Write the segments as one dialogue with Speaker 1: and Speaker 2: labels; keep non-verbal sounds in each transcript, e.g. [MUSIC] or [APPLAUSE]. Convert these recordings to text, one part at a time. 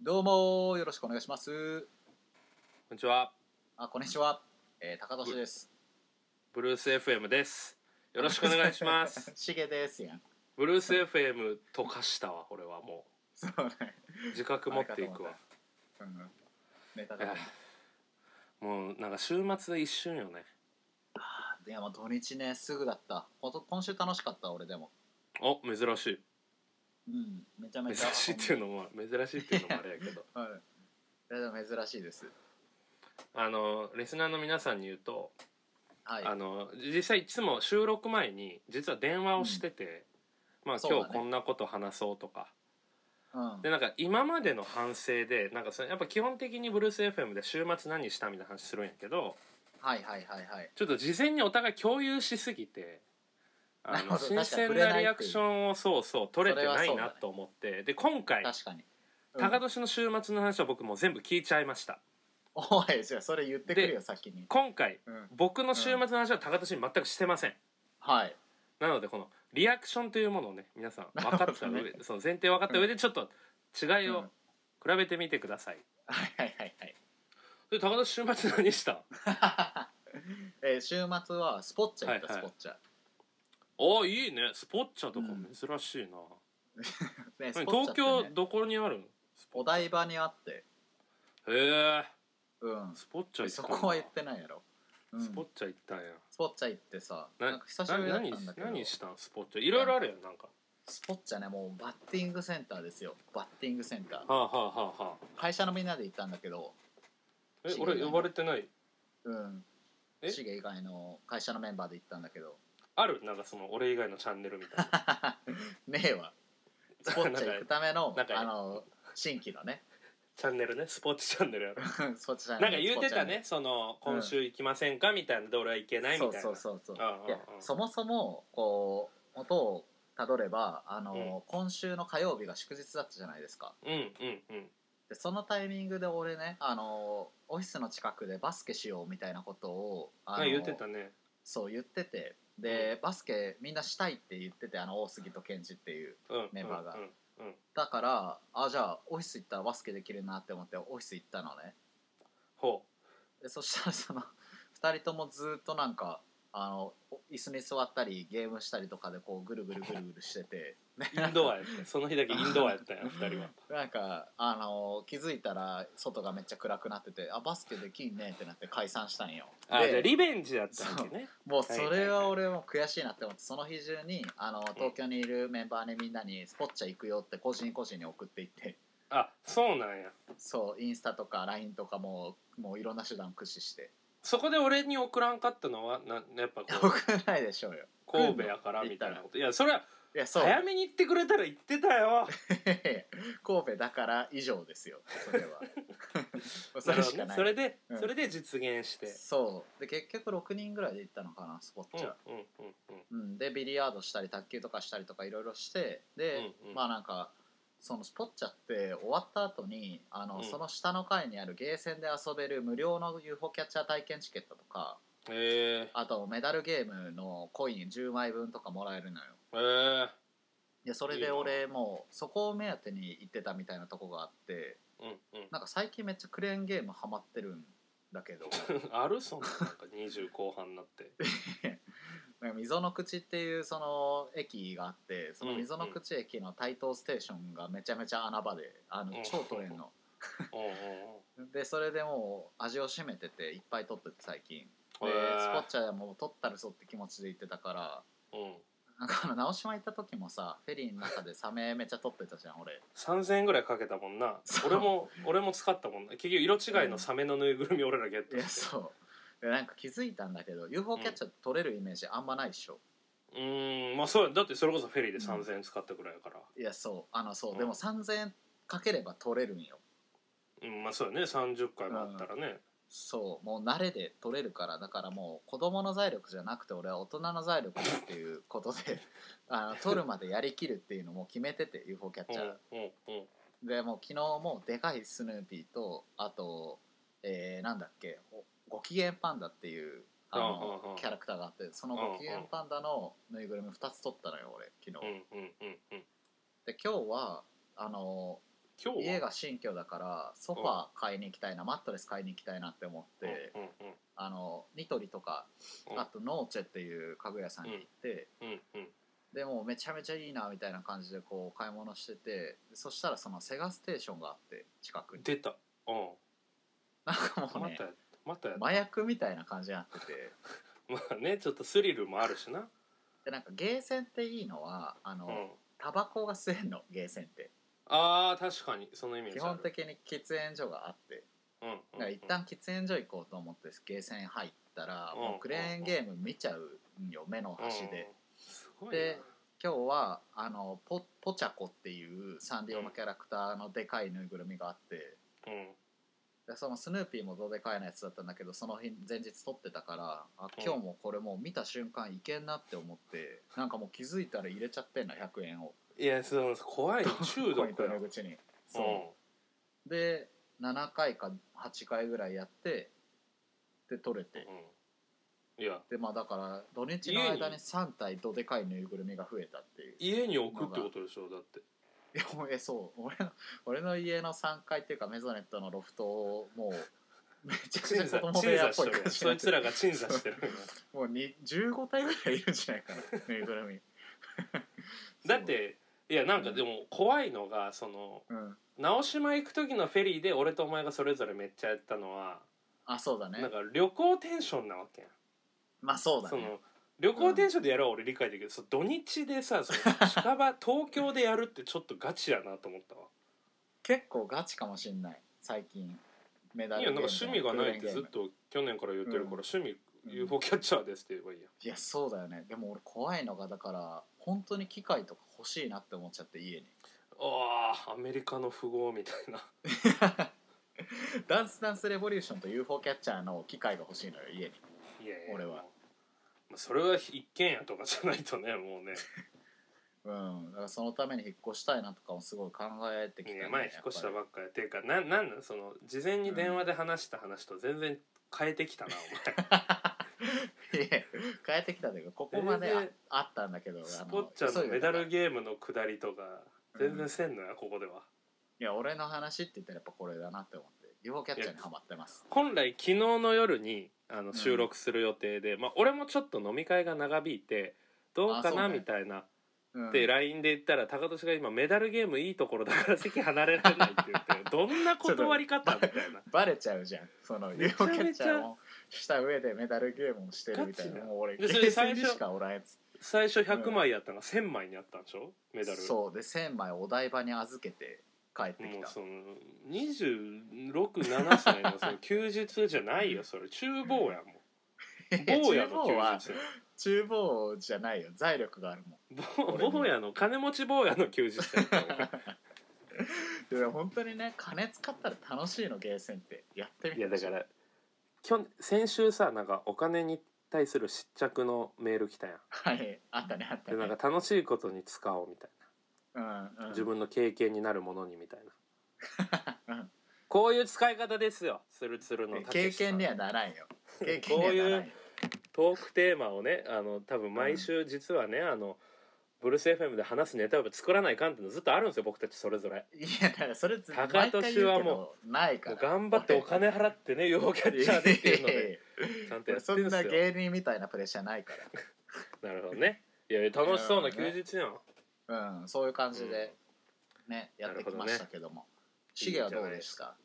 Speaker 1: どうもよろしくお願いします。
Speaker 2: こんにちは、
Speaker 1: あこんにちは、えー、高俊です。
Speaker 2: ブルース FM です。よろしくお願い
Speaker 1: [LAUGHS]
Speaker 2: します。。
Speaker 1: しげですやん。
Speaker 2: ブルース FM と化したわ、俺はも
Speaker 1: そうね。
Speaker 2: う自覚持っていくわ。
Speaker 1: うん。ネタでも
Speaker 2: いやもうなんか週末で一瞬よね。
Speaker 1: いやまあ土日ねすぐだった。こと今週楽しかった俺でも。
Speaker 2: お、珍しい。
Speaker 1: うん。めちゃめ
Speaker 2: 珍
Speaker 1: ちゃ。
Speaker 2: しいっていうのも珍しいっていうのもあれやけ
Speaker 1: [LAUGHS]
Speaker 2: ど、
Speaker 1: はい。いやでも珍しいです。
Speaker 2: あのリスナーの皆さんに言うと、
Speaker 1: はい。
Speaker 2: あの実際いつも収録前に実は電話をしてて、まあ
Speaker 1: そうだね
Speaker 2: 今日こんなこと話そうとか。
Speaker 1: うん。
Speaker 2: でなんか今までの反省でなんかそのやっぱ基本的にブルース FM で週末何したみたいな話するんやけど
Speaker 1: はいはいはいはい。
Speaker 2: ちょっと事前にお互い共有しすぎてあ
Speaker 1: なるほ
Speaker 2: の
Speaker 1: ど
Speaker 2: 新鮮なリアクションをそうそう取れて
Speaker 1: そ
Speaker 2: な
Speaker 1: れはそ
Speaker 2: いう
Speaker 1: だ
Speaker 2: な
Speaker 1: ね
Speaker 2: と思って、で今回
Speaker 1: 確かに。うん
Speaker 2: 高年の週末の話は僕もう全部聞いちゃいました
Speaker 1: おいじゃあそれ言ってくるよ先に。
Speaker 2: 今回
Speaker 1: うん。
Speaker 2: 僕の週末の話は高年に全くしてません、
Speaker 1: はい。
Speaker 2: なのでこのリアクションというものをね皆さん分か
Speaker 1: なる
Speaker 2: っ
Speaker 1: ほ
Speaker 2: た
Speaker 1: ど
Speaker 2: 上
Speaker 1: ね
Speaker 2: で、その前提分かった上でちょっと違い
Speaker 1: うん
Speaker 2: を比べてみてください、
Speaker 1: はいはいはいはい。
Speaker 2: で高年週末何した
Speaker 1: [LAUGHS] えー、週末はスポッチャ行った、
Speaker 2: はいはい
Speaker 1: スポッチャ。
Speaker 2: ああいいねスポッチャとか珍しいな、
Speaker 1: ねス
Speaker 2: 何
Speaker 1: ポッチャ
Speaker 2: 東
Speaker 1: ってね
Speaker 2: 京どこにあるんスポ
Speaker 1: お
Speaker 2: ッチャ
Speaker 1: 台場にあって、
Speaker 2: へえ
Speaker 1: うん。
Speaker 2: スポッチャ行った
Speaker 1: そ
Speaker 2: んだ
Speaker 1: こは言ってないやろ、うん、
Speaker 2: ス
Speaker 1: ス
Speaker 2: ポ
Speaker 1: ポ
Speaker 2: ッチャ行ったんや
Speaker 1: ッチャ行ってさ
Speaker 2: な
Speaker 1: なんか久しぶりだったんだけ
Speaker 2: 何
Speaker 1: ど
Speaker 2: 何したんスポッチャいろいろあるやんなんか
Speaker 1: スポッチャねもうバッティングセンターですよバッティングセンター
Speaker 2: はあはあはあはあ
Speaker 1: 会社のみんなで行ったんだけど
Speaker 2: え
Speaker 1: 違う
Speaker 2: 俺呼ばれてない
Speaker 1: うん
Speaker 2: え
Speaker 1: シゲ以外の会社のメンバーで行ったんだけど [LAUGHS]
Speaker 2: あるなんかその俺以外のチャンネルみたい
Speaker 1: ね
Speaker 2: [LAUGHS]
Speaker 1: えわスポッチャ行くための
Speaker 2: なんか
Speaker 1: あの新規のね [LAUGHS]
Speaker 2: なチャンネルねスポッチチャンネルやろ
Speaker 1: スポッチャ
Speaker 2: なんか言うてたねその今週行きませんかみたいなで俺は行けないみたいな
Speaker 1: そうそうそうそう
Speaker 2: ああ
Speaker 1: いや
Speaker 2: ああ
Speaker 1: そもそもこう元をたどればあの、
Speaker 2: うん
Speaker 1: 今週の火曜日が祝日だったじゃないですか
Speaker 2: うんうんうん
Speaker 1: でそのタイミングで俺ねあのオフィスの近くでバスケしようみたいなことをあの
Speaker 2: なんか言うてたね
Speaker 1: そう言っててで、バスケみんなしたいって言っててあの大杉と健二っていう
Speaker 2: うん
Speaker 1: メンバーが
Speaker 2: うんうん
Speaker 1: だからあじゃあオフィス行ったらバスケできるなって思ってオフィス行ったのね
Speaker 2: ほ
Speaker 1: でそしたらその [LAUGHS] 2人ともずっとなんかあのお椅子に座ったりゲームしたりとかでこうぐるぐるぐるぐるしててね
Speaker 2: [LAUGHS] うインドアやったその日だけインドアやったんや二
Speaker 1: [LAUGHS]
Speaker 2: 人は
Speaker 1: なんかあの気づいたら外がめっちゃ暗くなっててあバスケできんねってなって解散したんよ
Speaker 2: あ
Speaker 1: で
Speaker 2: じゃあリベンジやったわけね
Speaker 1: もうそれは俺も悔しいなって思ってその日中にあの東京にいるメンバーにみんなに「スポッチャ行くよ」って個人個人に送っていって
Speaker 2: あそうなんや
Speaker 1: そうインスタとか LINE とかもうもういろんな手段駆使して
Speaker 2: そこで俺に送らんかったのはなやっぱこ
Speaker 1: [LAUGHS] 送
Speaker 2: う
Speaker 1: らないでしょうよ
Speaker 2: 神戸やからみたいなこといやそれはい
Speaker 1: やそう
Speaker 2: 早めに言ってくれたら言ってたよ
Speaker 1: [LAUGHS] 神戸だから以上ですよそ
Speaker 2: [LAUGHS]
Speaker 1: れはそ
Speaker 2: な
Speaker 1: れ
Speaker 2: るほ
Speaker 1: しか
Speaker 2: どね
Speaker 1: ない
Speaker 2: それで、
Speaker 1: うん
Speaker 2: それで実現して
Speaker 1: そうで結局6人ぐらいで行ったのかなスポッ
Speaker 2: うん
Speaker 1: チ
Speaker 2: う
Speaker 1: ャ、
Speaker 2: んうんうん
Speaker 1: うん、でビリヤードしたり卓球とかしたりとかいろいろしてで、
Speaker 2: うんうん
Speaker 1: まあなんかそのスポッチャって終わった後にあの、
Speaker 2: うん
Speaker 1: その下の階にあるゲーセンで遊べる無料の UFO キャッチャー体験チケットとか
Speaker 2: え
Speaker 1: あとメダルゲームのコイン10枚分とかもらえるのよ
Speaker 2: ー、え
Speaker 1: でそれで俺もうそこを目当てに行ってたみたいなとこがあって
Speaker 2: ー、うんうん
Speaker 1: なんか最近めっちゃクレーンゲームハマってるんだけ
Speaker 2: [LAUGHS]
Speaker 1: ど
Speaker 2: あるそんななんか20後半に
Speaker 1: [LAUGHS]
Speaker 2: なって
Speaker 1: なんか溝の口っていうその駅があってその溝の口駅の台東ステーションがめちゃめちゃ穴場であの
Speaker 2: うん
Speaker 1: 超トレンの
Speaker 2: うんうんうん
Speaker 1: でそれでもう味を占めてていっぱい取ってて最近で
Speaker 2: えー
Speaker 1: スポッチャでもう取ったるぞって気持ちで行ってたから
Speaker 2: うん
Speaker 1: なんかあの直島行った時もさフェリーの中でサメめっちゃ取ってたじゃん
Speaker 2: [LAUGHS]
Speaker 1: 俺
Speaker 2: 3000円ぐらいかけたもんな
Speaker 1: そう
Speaker 2: 俺も俺も使ったもんな結局色違いのサメのぬいぐるみ俺らゲット
Speaker 1: いや
Speaker 2: して
Speaker 1: そうでなんか気づいたんだけど UFO キャッチャーって取れるイメージあんまないでしょ、
Speaker 2: うーんまあそうやだってそれこそフェリーで3000円使ったぐらいやから
Speaker 1: いやそうあのそう、
Speaker 2: うん
Speaker 1: でも3000円かければ取れるんよ
Speaker 2: うんまあそうやね30回もあったらね、
Speaker 1: そうもう慣れで取れるからだからもう子供の財力じゃなくて俺は大人の財力だっていうこと
Speaker 2: [LAUGHS]
Speaker 1: であの取るまでやりきるっていうのも決めてて UFO キャッ
Speaker 2: うん
Speaker 1: チャー、
Speaker 2: うんうん
Speaker 1: でもう昨日もうでかいスヌーピーとあと、えーなんだっけおご機嫌パンダっていうあの
Speaker 2: うんうんうん
Speaker 1: キャラクターがあってそのご機嫌パンダのぬいぐるみ2つ取ったのよ俺昨日、
Speaker 2: うんうんうんうん
Speaker 1: で今日はあの
Speaker 2: 今日は
Speaker 1: 家が新居だからソファー買いに行きたいなマットレス買いに行きたいなって思って、
Speaker 2: うんうんうん
Speaker 1: あのニトリとか、
Speaker 2: うん
Speaker 1: あとノーチェっていう家具屋さんに行って、
Speaker 2: うんうん
Speaker 1: でもうめちゃめちゃいいなみたいな感じでこう買い物しててそしたらそのセガステーションがあって近くに
Speaker 2: 出たうん
Speaker 1: なんかもう
Speaker 2: ま
Speaker 1: ね
Speaker 2: たまたやった
Speaker 1: 麻薬みたいな感じになってて
Speaker 2: まあねちょっとスリルもあるしな
Speaker 1: でなんかゲーセンっていいのはあの、
Speaker 2: うん
Speaker 1: タバコが吸えんのゲーセンって
Speaker 2: あー確かにそのイメージ
Speaker 1: 基
Speaker 2: あ
Speaker 1: 本
Speaker 2: る
Speaker 1: 的に喫煙所があって
Speaker 2: うんうん
Speaker 1: だから一旦喫煙所行こうと思ってゲーセン入ったら、
Speaker 2: うん
Speaker 1: もうクレーンゲーム見ちゃうんよ目の
Speaker 2: うん
Speaker 1: 端で、
Speaker 2: すごいな
Speaker 1: で今日はあのポポチャコっていうサンリオのキャラクターのでかいぬいぐるみがあって
Speaker 2: うん
Speaker 1: でそのスヌーピーもどでかいなやつだったんだけどその日前日撮ってたからあ今日もこれもう見た瞬間いけんなって思ってなんかもう気づいたら入れちゃってんの100円を
Speaker 2: いやその怖い中
Speaker 1: ポイン
Speaker 2: 毒
Speaker 1: ト
Speaker 2: や
Speaker 1: の口にそう、で7回か8回ぐらいやってで取れて、
Speaker 2: うんうんいや
Speaker 1: でまあだから土日の間に3体どでかいぬいぐるみが増えたっていう
Speaker 2: 家に置くってことでしょだって
Speaker 1: いやお前そう俺の俺の家の3階っていうかメゾネットのロフトをもうめちゃくちゃ
Speaker 2: 鎮
Speaker 1: 子
Speaker 2: 座
Speaker 1: 供部
Speaker 2: 鎮
Speaker 1: 屋
Speaker 2: 座
Speaker 1: っ
Speaker 2: し
Speaker 1: ぽ
Speaker 2: て
Speaker 1: い
Speaker 2: る
Speaker 1: 感
Speaker 2: やん
Speaker 1: じ
Speaker 2: そ
Speaker 1: にないって
Speaker 2: つ
Speaker 1: る
Speaker 2: らが鎮座してる
Speaker 1: もうに15体ぐらいいるんじゃないかなぬいぐるみ
Speaker 2: だっていやなんかでも怖いのがその
Speaker 1: そううん
Speaker 2: 直島行く時のフェリーで俺とお前がそれぞれめっちゃやったのは、
Speaker 1: あそうだね
Speaker 2: なんか旅行テンションなわけやん
Speaker 1: まあそうだ
Speaker 2: そ
Speaker 1: ね
Speaker 2: の旅行テンションでやるは俺理解できるけど、その土日でさそ [LAUGHS] の近場東京でやるってちょっとガチやなと思ったわ
Speaker 1: 結構ガチかもしんない最近メダ
Speaker 2: い
Speaker 1: ル
Speaker 2: やなんか
Speaker 1: ゲー
Speaker 2: 趣
Speaker 1: ム
Speaker 2: 味がないって
Speaker 1: クレーンゲ
Speaker 2: ず
Speaker 1: ー
Speaker 2: っ
Speaker 1: ム
Speaker 2: と去年から言ってるから、
Speaker 1: うん
Speaker 2: 趣味
Speaker 1: うん
Speaker 2: UFO キャッチャーですって言えばいいや、
Speaker 1: いやそうだよねでも俺怖いのがだから本当に機械とか欲しいなって思っちゃって家に
Speaker 2: ああアメリカの富豪みたいな
Speaker 1: ダンスダンスレボリューションと UFO キャッチャーの機械が欲しいのよ家に
Speaker 2: いやいや
Speaker 1: 俺は
Speaker 2: もうまあそれは一軒家とかじゃないとねもうね
Speaker 1: うんだからそのために引っ越したいなとかもすごい考えてき
Speaker 2: [LAUGHS] い
Speaker 1: たね
Speaker 2: や前引っ越した
Speaker 1: や
Speaker 2: ば
Speaker 1: っ
Speaker 2: っかりっていうかなんなんなんその事前に電話で話した話と全然変えてきたな、
Speaker 1: ぱり [LAUGHS] いや変えてきたというかここまで
Speaker 2: 全
Speaker 1: あ
Speaker 2: 然
Speaker 1: あったんだけど
Speaker 2: お前ス
Speaker 1: あ
Speaker 2: ポッチャ
Speaker 1: 急い
Speaker 2: の
Speaker 1: で
Speaker 2: メダルゲームの下りとか
Speaker 1: うん
Speaker 2: 全然せんのや、ここではい
Speaker 1: や俺の話って言ったらやっぱこれだなって思って UFO キャッチャーにハマってます
Speaker 2: 本来昨日の夜にあ
Speaker 1: ん
Speaker 2: の収録する予定で、まあ、俺もちょっと飲み会が長引いてどう
Speaker 1: あ
Speaker 2: か
Speaker 1: そう
Speaker 2: な
Speaker 1: ね
Speaker 2: みたいな
Speaker 1: うん
Speaker 2: で LINE で言ったら高俊が今メダルゲームいいところだから席離れられないって
Speaker 1: [LAUGHS]
Speaker 2: 言ってどんな断り方みたいな
Speaker 1: バレちゃうじゃんその
Speaker 2: めちゃ
Speaker 1: UFO キ
Speaker 2: めちゃ
Speaker 1: ャッチャーをした上でメダルゲームをしてるみたい
Speaker 2: ガチ
Speaker 1: な
Speaker 2: だ
Speaker 1: もう俺ゲ
Speaker 2: でそれ
Speaker 1: ーセン
Speaker 2: 最
Speaker 1: に
Speaker 2: 初
Speaker 1: しかおらんやつ
Speaker 2: 最初100枚やったのが1000枚になったんでしょメダル
Speaker 1: そうで1000枚お台場に預けて帰ってき
Speaker 2: もう
Speaker 1: た
Speaker 2: その267歳
Speaker 1: [LAUGHS]
Speaker 2: のその休日じゃないよそれ厨房やもん坊やの
Speaker 1: 厨房は
Speaker 2: 休日
Speaker 1: 厨房じゃないよ財力があるもん
Speaker 2: ぼ坊やの金持ち坊やの休日やったもん
Speaker 1: でも本当にね金使ったら楽しいのゲーセンってやってみて
Speaker 2: いやだから去年先週さなんかお金に対する失着のメール来たやん
Speaker 1: はいあったねあった
Speaker 2: で
Speaker 1: ね
Speaker 2: なんか楽しいことに使おうみたい
Speaker 1: うんう、
Speaker 2: なん
Speaker 1: [LAUGHS]
Speaker 2: 自分の経験になるものにみたいな
Speaker 1: うん
Speaker 2: こういう使い方ですよつるつるのたけ
Speaker 1: 経
Speaker 2: しさ
Speaker 1: 験
Speaker 2: ん
Speaker 1: にはならんよ経験にはならんよ
Speaker 2: トークテーマをねあの多分毎週実はね、あのブルース FM で話すネタを作らないかんっていうのずっとあるんですよ僕たちそれぞれ
Speaker 1: いやだからそれず
Speaker 2: 高
Speaker 1: 毎回
Speaker 2: 俊は
Speaker 1: 言うけ
Speaker 2: も
Speaker 1: どないか
Speaker 2: もう
Speaker 1: ら
Speaker 2: 頑張ってお金払ってね UFO キャッチャーでっていうのでちゃんと
Speaker 1: 俺
Speaker 2: やって
Speaker 1: そ
Speaker 2: る
Speaker 1: ん
Speaker 2: んです
Speaker 1: な
Speaker 2: よ
Speaker 1: 芸人みたいなプレッシャーないか
Speaker 2: なるほどねいやいや楽しそうな休日やん、
Speaker 1: らうんそういう感じでね、やってきましたけどもシゲはどうですか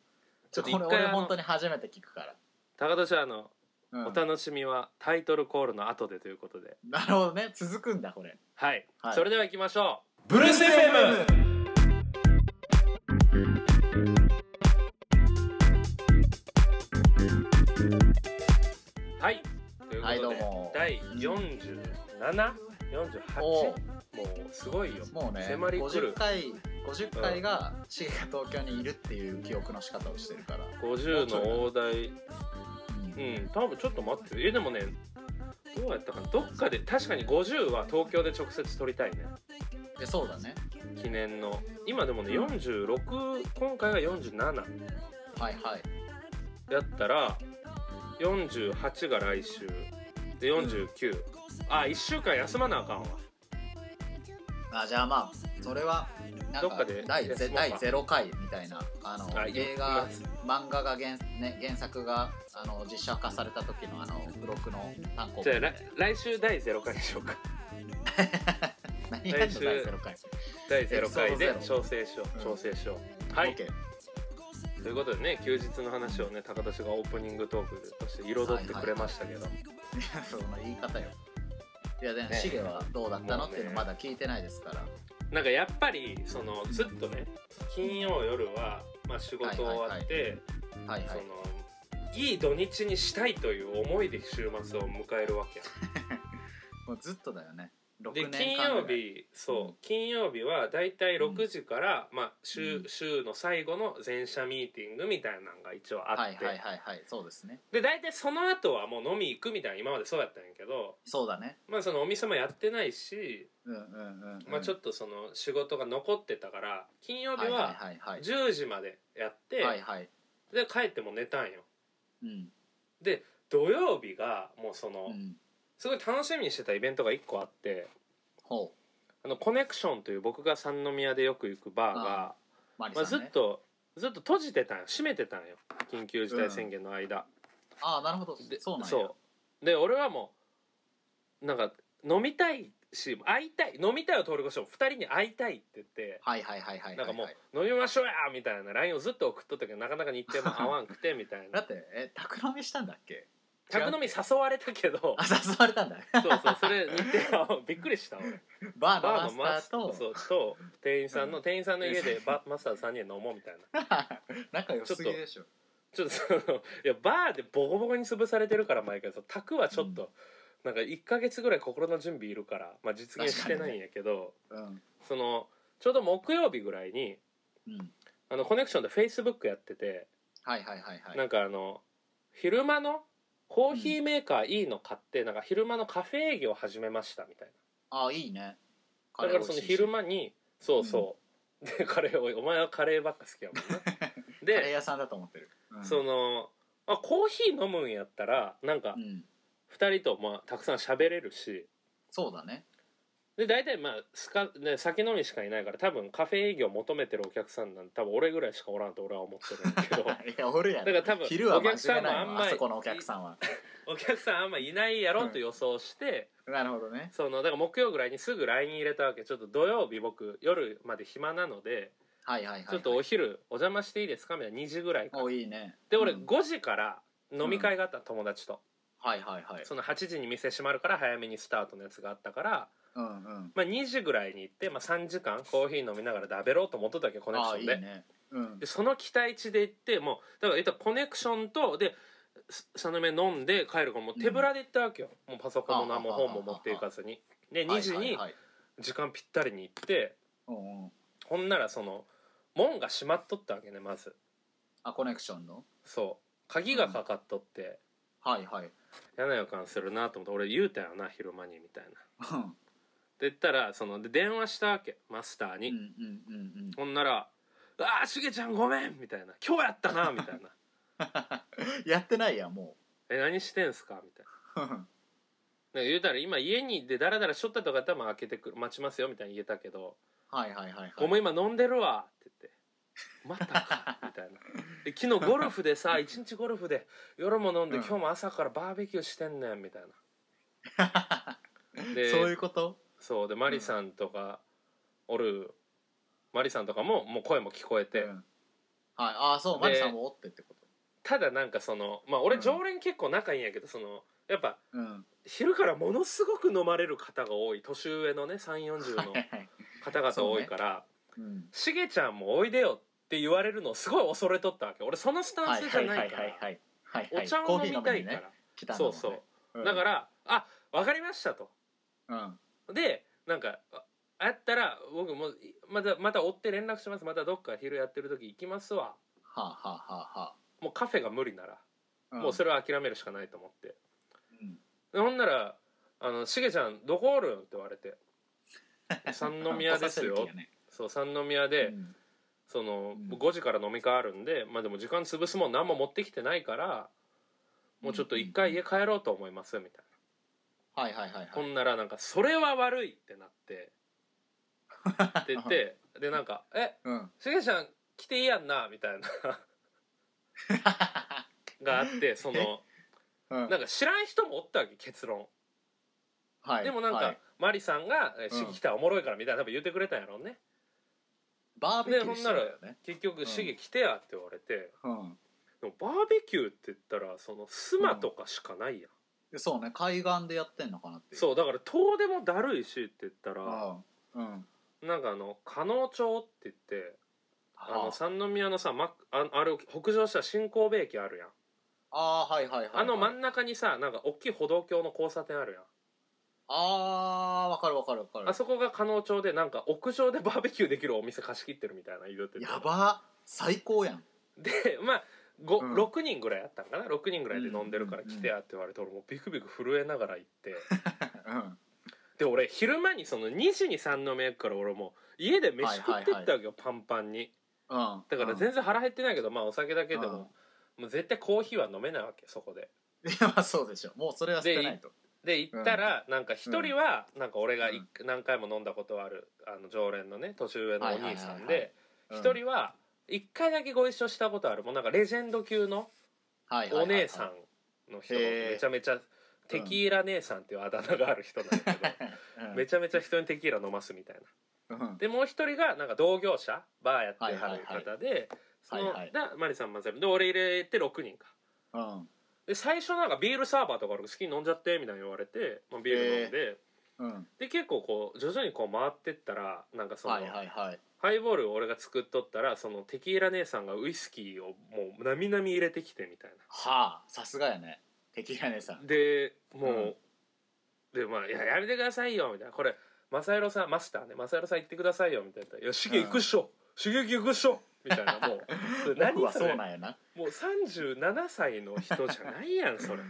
Speaker 1: ち
Speaker 2: ち
Speaker 1: ょ
Speaker 2: ょ
Speaker 1: っ
Speaker 2: っ
Speaker 1: とこ
Speaker 2: と一
Speaker 1: れ
Speaker 2: 回
Speaker 1: 俺
Speaker 2: あの
Speaker 1: 本当に初めて聞くか
Speaker 2: 高田さんあの、
Speaker 1: ら、う
Speaker 2: お
Speaker 1: ん、
Speaker 2: 楽しみはタイトルコールの後でということで
Speaker 1: なるほどね続くんだこれ
Speaker 2: はい、
Speaker 1: はい
Speaker 2: それでは行きましょう
Speaker 1: ブ
Speaker 2: ルース FM はいということで、
Speaker 1: はいどうも
Speaker 2: 第4748
Speaker 1: お
Speaker 2: もうすごいよ
Speaker 1: もうね
Speaker 2: 迫り来
Speaker 1: 50
Speaker 2: る
Speaker 1: 回50回がシゲが東京にいるっていう記憶の仕方をしてるから、
Speaker 2: 50の大台
Speaker 1: うん
Speaker 2: うん多分ちょっと待ってえでもねどうやったかなどっかで確かに50は東京で直接撮りたいね
Speaker 1: でそうだね
Speaker 2: 記念の今でもね
Speaker 1: うん
Speaker 2: 46今回が47
Speaker 1: はいはい
Speaker 2: やったら48が来週で49、あ1週間休まなあかんわ
Speaker 1: あじゃあまあそれはなん
Speaker 2: どっ
Speaker 1: か
Speaker 2: かで
Speaker 1: 第
Speaker 2: や
Speaker 1: ゼ
Speaker 2: そうか
Speaker 1: 第0回みたいなあの
Speaker 2: あい
Speaker 1: 映画
Speaker 2: い
Speaker 1: 漫画が原,、ね、原作があの実写化された時のあの付録の単行
Speaker 2: じゃあ
Speaker 1: みたい
Speaker 2: 来来週第0回でしょう
Speaker 1: [LAUGHS]
Speaker 2: か
Speaker 1: な [LAUGHS] 何やんの
Speaker 2: 来週
Speaker 1: 第0回、
Speaker 2: 第0回
Speaker 1: エ
Speaker 2: で
Speaker 1: ピソー
Speaker 2: 調整しよ
Speaker 1: うん
Speaker 2: う調整しよう、はい
Speaker 1: OK [LAUGHS]
Speaker 2: ということでね休日の話をね高田氏がオープニングトークとして彩ってくれましたけど、
Speaker 1: その言い方よいやでも
Speaker 2: ね
Speaker 1: シゲはどうだったの
Speaker 2: もう
Speaker 1: っ
Speaker 2: ね
Speaker 1: ていうのまだ聞いてないですから
Speaker 2: なんかやっぱりそのずっとね金曜夜は、まあ、仕事終わって、
Speaker 1: はいはい
Speaker 2: そのいい土日にしたいという思いで週末を迎えるわけや
Speaker 1: もうずっとだよね6
Speaker 2: で
Speaker 1: 年間ぐ
Speaker 2: 金曜
Speaker 1: らい
Speaker 2: 日そう、
Speaker 1: うん
Speaker 2: 金曜日はだいたい6時から、まあ、
Speaker 1: う
Speaker 2: 週
Speaker 1: ん
Speaker 2: 週の最後の全社ミーティングみたいなのが一応あって、
Speaker 1: はいはいはいはいそうですね
Speaker 2: で大体その後はもう飲み行くみたいな今までそうやったんやけど、
Speaker 1: そうだね
Speaker 2: まあ、そのお店もやってないし、
Speaker 1: うんうんうん、うん、
Speaker 2: まあ、ちょ
Speaker 1: と
Speaker 2: っとその仕事が残ってたから金曜日はい
Speaker 1: はいはい
Speaker 2: 10時までやって、
Speaker 1: はいはいはい
Speaker 2: で帰っても寝たんよ
Speaker 1: うん
Speaker 2: で土曜日がもうその、
Speaker 1: うん
Speaker 2: すごい楽しみにしてたイベントが1個あって
Speaker 1: ほう
Speaker 2: あのコネクションという僕が三宮でよく行くバーが
Speaker 1: あマリ
Speaker 2: ま
Speaker 1: さん、
Speaker 2: あ、
Speaker 1: ね
Speaker 2: ずっとずっと閉じてたんよ閉めてたんよ緊急事態宣言の間、
Speaker 1: ああなるほど
Speaker 2: で
Speaker 1: そうなんや
Speaker 2: そうで俺はもうなんか飲みたいし会いたい飲みたいを通り越しても2人に会いたいって言って
Speaker 1: はいはいはいはいはいはい
Speaker 2: なんかもう「飲みましょうや!」みたいな LINE をずっと送っとったけどなかなか日程も合わんく
Speaker 1: [LAUGHS]
Speaker 2: てみたい
Speaker 1: だ
Speaker 2: な
Speaker 1: ってえ宅飲みしたんだっけ
Speaker 2: 宅飲み誘われた
Speaker 1: [LAUGHS]
Speaker 2: けど
Speaker 1: あ誘われたんだ
Speaker 2: そうそうそれ日程合わんびっくりした俺
Speaker 1: [LAUGHS] バーの
Speaker 2: バ
Speaker 1: マ
Speaker 2: ー
Speaker 1: ス
Speaker 2: の
Speaker 1: タ
Speaker 2: マ
Speaker 1: ー
Speaker 2: スタ
Speaker 1: と
Speaker 2: ーそうと店員さんの、
Speaker 1: う
Speaker 2: 店員さんの家でバ [LAUGHS] マスター3人で飲もうみたい
Speaker 1: [LAUGHS]
Speaker 2: な
Speaker 1: 仲良すぎでしょ
Speaker 2: ちょっとそのいやバーでボコボコに潰されてるから毎回そう宅はちょっと、なんか1か月ぐらい心の準備いるから、まあ、実現してないんやけど、
Speaker 1: うん
Speaker 2: そのちょうど木曜日ぐらいに
Speaker 1: うん
Speaker 2: あのコネクションでフェイスブックやってて、
Speaker 1: はいはいはいはい
Speaker 2: なんかあの昼間のコーヒーメーカーいいの買って、なんか昼間のカフェ営業を始めましたみたいな。
Speaker 1: ああいいね
Speaker 2: だからその昼間にそうそう、でカレーをお前はカレーばっか好きやも
Speaker 1: [LAUGHS]
Speaker 2: んな
Speaker 1: でカレー
Speaker 2: で、
Speaker 1: 屋さんだと思ってる、うん
Speaker 2: そのあコーヒー飲むんやったらなんか
Speaker 1: うん
Speaker 2: 2人とまあたくさん喋れるし
Speaker 1: そうだね
Speaker 2: で大体まあスカ、ね、酒飲みしかいないから多分カフェ営業求めてるお客さんなんて多分俺ぐらいしかおらんと俺は思ってるんだけど
Speaker 1: [LAUGHS] いやおるや
Speaker 2: だ
Speaker 1: ん
Speaker 2: から多分
Speaker 1: 昼は
Speaker 2: お客
Speaker 1: 真面
Speaker 2: さん
Speaker 1: 目
Speaker 2: も
Speaker 1: な
Speaker 2: あ
Speaker 1: い
Speaker 2: ん
Speaker 1: もん
Speaker 2: ま
Speaker 1: あ
Speaker 2: り
Speaker 1: そこのお客さんは
Speaker 2: お客さんあんまいないやろうと予想して、
Speaker 1: なるほどね
Speaker 2: そのだから木曜ぐらいにすぐ LINE 入れたわけちょっと土曜日僕夜まで暇なので
Speaker 1: はいはいはい、はい、
Speaker 2: ちょっとお昼お邪魔していいですかみたいな2時ぐらいから
Speaker 1: おいいね
Speaker 2: で俺
Speaker 1: うん
Speaker 2: 5時から飲み会があったの友達と、
Speaker 1: はいはいはい
Speaker 2: その8時に店閉まるから早めにスタートのやつがあったから、
Speaker 1: うんうん
Speaker 2: まあ、2時ぐらいに行って、まあ、3時間コーヒー飲みながらだべろうと思っとったわけコネクシ
Speaker 1: あ
Speaker 2: ョ
Speaker 1: あ
Speaker 2: ン
Speaker 1: いい
Speaker 2: で
Speaker 1: ねうん
Speaker 2: でその期待値で行ってもうだから言ったらコネクションとでサヌメ飲んで帰るからもう手ぶらで行ったわけよ、もうパソコンも何も
Speaker 1: ああああ
Speaker 2: 本も持っていかずにで2時
Speaker 1: はい
Speaker 2: に
Speaker 1: はいはい
Speaker 2: 時間ぴったりに行って
Speaker 1: うんうん
Speaker 2: ほんならその門が閉まっとったわけねまず
Speaker 1: あコネクションの
Speaker 2: そう鍵がかかっとって、
Speaker 1: はいはい
Speaker 2: 嫌な予感するなと思って俺言うたよな昼間にみたいな
Speaker 1: うん
Speaker 2: で言ったらそので電話したわけマスターに、
Speaker 1: うんうんうんうん
Speaker 2: ほんなら「ああしげちゃんごめん」みたいな「今日やったな」みたいな
Speaker 1: やってないやん [LAUGHS] も
Speaker 2: 「え何してんすか?」みたいな。
Speaker 1: ううん [LAUGHS]
Speaker 2: なんか言うたら今家にでダラダラしとったとかやったらまあ開けてくる待ちますよみたいに言えたけど
Speaker 1: はいはいはいはい
Speaker 2: 「ご
Speaker 1: [LAUGHS]
Speaker 2: めん今飲んでるわ」って言って「またか」みたいなで昨日ゴルフでさ一日ゴルフで夜も飲んで
Speaker 1: うん
Speaker 2: 今日も朝からバーベキューしてんねんみたいなで
Speaker 1: そういうこと
Speaker 2: そうでマリさんとかおる、マリさんとかももう声も聞こえて、
Speaker 1: うんはいああそうマリさんもおってってこと
Speaker 2: ただなんかそのまあ
Speaker 1: う
Speaker 2: 俺
Speaker 1: ん
Speaker 2: 常連結構仲いいんやけどそのやっぱ
Speaker 1: うん
Speaker 2: 昼からものすごく飲まれる方が多い年上のね3 4 0の
Speaker 1: はいはい
Speaker 2: 方々多いから
Speaker 1: うん
Speaker 2: 「しげ、ちゃんもおいでよ」って言われるのをすごい恐れとったわけ俺そのスタ
Speaker 1: はい
Speaker 2: ンスじ
Speaker 1: は
Speaker 2: ゃ
Speaker 1: いは
Speaker 2: ないいか
Speaker 1: はい
Speaker 2: ら
Speaker 1: はいはいは
Speaker 2: お
Speaker 1: い
Speaker 2: 茶
Speaker 1: コ
Speaker 2: を
Speaker 1: ーヒー
Speaker 2: 飲みたいから、
Speaker 1: 来たんだ
Speaker 2: そ
Speaker 1: もん
Speaker 2: う
Speaker 1: ね
Speaker 2: そう、
Speaker 1: うん
Speaker 2: だから「あわかりました」と。
Speaker 1: うん
Speaker 2: でなんかああったら僕もいまたまた追って連絡しますまたどっか昼やってる時行きますわ
Speaker 1: はあはあはあは
Speaker 2: もうカフェが無理なら、
Speaker 1: あ
Speaker 2: もうそ
Speaker 1: れ
Speaker 2: れは諦めるしかないと思って
Speaker 1: うん
Speaker 2: でほんなら「あのしげちゃんどこおるん?」って言われて「三宮ですよ」
Speaker 1: [LAUGHS]
Speaker 2: そう三宮で、
Speaker 1: うん
Speaker 2: その
Speaker 1: うん
Speaker 2: 5時から飲み会あるんでまあでも時間潰すもん何も持ってきてないからもうちょっと一回家帰ろうと思いますみたいな、
Speaker 1: はいはいはいは
Speaker 2: ほ
Speaker 1: い [LAUGHS]
Speaker 2: んならなんか「それは悪い」ってなってって言ってでなんか「え [LAUGHS]
Speaker 1: うん。
Speaker 2: しげちゃん来ていいやんな」みたいなが
Speaker 1: [LAUGHS]
Speaker 2: あってその
Speaker 1: うん
Speaker 2: なんか知らん人もおったわけ結論
Speaker 1: はい、
Speaker 2: でもなんか、
Speaker 1: はい
Speaker 2: マリさんが「え
Speaker 1: うん
Speaker 2: しげ来たらおもろいから」みたいな多分言ってくれたんやろうね
Speaker 1: バーベキューしてたよね。
Speaker 2: 結局
Speaker 1: ん
Speaker 2: 「しげ来てや」って言われて
Speaker 1: うん
Speaker 2: でもバーベキューって言ったらそのスマとかしかないやん、
Speaker 1: で。そうね、海岸でやってんのかなっていう。
Speaker 2: そうだから遠出もだるいしって言ったら
Speaker 1: うん。うん。
Speaker 2: なんかあの加納町って言ってあ
Speaker 1: あ
Speaker 2: の三宮のさマックああれ北上した新神戸駅あるやん
Speaker 1: あーはいはいはいはい。
Speaker 2: あの真ん中にさなんか大きい歩道橋の交差点あるやん
Speaker 1: あーわかるわかるわかる。
Speaker 2: あそこが加納町でなんか屋上でバーベキューできるお店貸し切ってるみたいな言うてて
Speaker 1: やば最高やん。
Speaker 2: でまあ、ご
Speaker 1: うん
Speaker 2: 6人ぐらいあったんかな6人ぐらいで飲んでるから
Speaker 1: うん
Speaker 2: 来てやって言われて俺もうビクビク震えながら
Speaker 1: [LAUGHS]
Speaker 2: 行って
Speaker 1: うん。
Speaker 2: で俺昼間にその2時に三宮行くから俺もう家で飯食ってったわけよ、パンパンに
Speaker 1: うん。
Speaker 2: だから全然腹減ってないけどまあお酒だけで
Speaker 1: うん
Speaker 2: も,、もう絶対コーヒーは飲めないわけそこで
Speaker 1: [LAUGHS] いやまあそうでしょもうそれは捨てないと
Speaker 2: で行ったら、なんか一人はなんか俺がい、何回も飲んだことあるあの常連のね年上のお兄さんで
Speaker 1: うん
Speaker 2: 一人は一回だけご一緒したことあるもうなんかレジェンド級の
Speaker 1: はいはいはいは
Speaker 2: お
Speaker 1: い
Speaker 2: 姉さんの人が
Speaker 1: へー
Speaker 2: めちゃめちゃテキーラ姉さんっていうあだ名がある人なんだけど
Speaker 1: [LAUGHS] うん
Speaker 2: [LAUGHS] めちゃめちゃ人にテキーラ飲ますみたいな。
Speaker 1: うん
Speaker 2: でもう一人がなんか同業者バーやってはる方でその
Speaker 1: はいはい
Speaker 2: だマリさんマサルで俺入れて6人か。
Speaker 1: うん
Speaker 2: で最初なんかビールサーバーとか俺好きに飲んじゃってみたいに言われて、まあ、ビール飲んで。
Speaker 1: うん
Speaker 2: で結構こう徐々にこう回ってったらなんかその、
Speaker 1: はいはいはい
Speaker 2: ハイボールを俺が作っとったらそのテキーラ姉さんがウイスキーをもうなみなみ入れてきてみたい
Speaker 1: はあさすがやね敵やねさん
Speaker 2: なでもう、でまあ「いややめてくださいよ」みたいな「これマサイロさんマスターねマサイロさん行ってくださいよ」みたいな「いやシゲ行くっしょ、シゲ行くっしょ」みたいなもうそ
Speaker 1: [LAUGHS]
Speaker 2: れ
Speaker 1: 僕
Speaker 2: 何
Speaker 1: は
Speaker 2: そ
Speaker 1: そう
Speaker 2: れ
Speaker 1: なんやな
Speaker 2: もう37歳の人じゃないや
Speaker 1: [LAUGHS]
Speaker 2: んそれ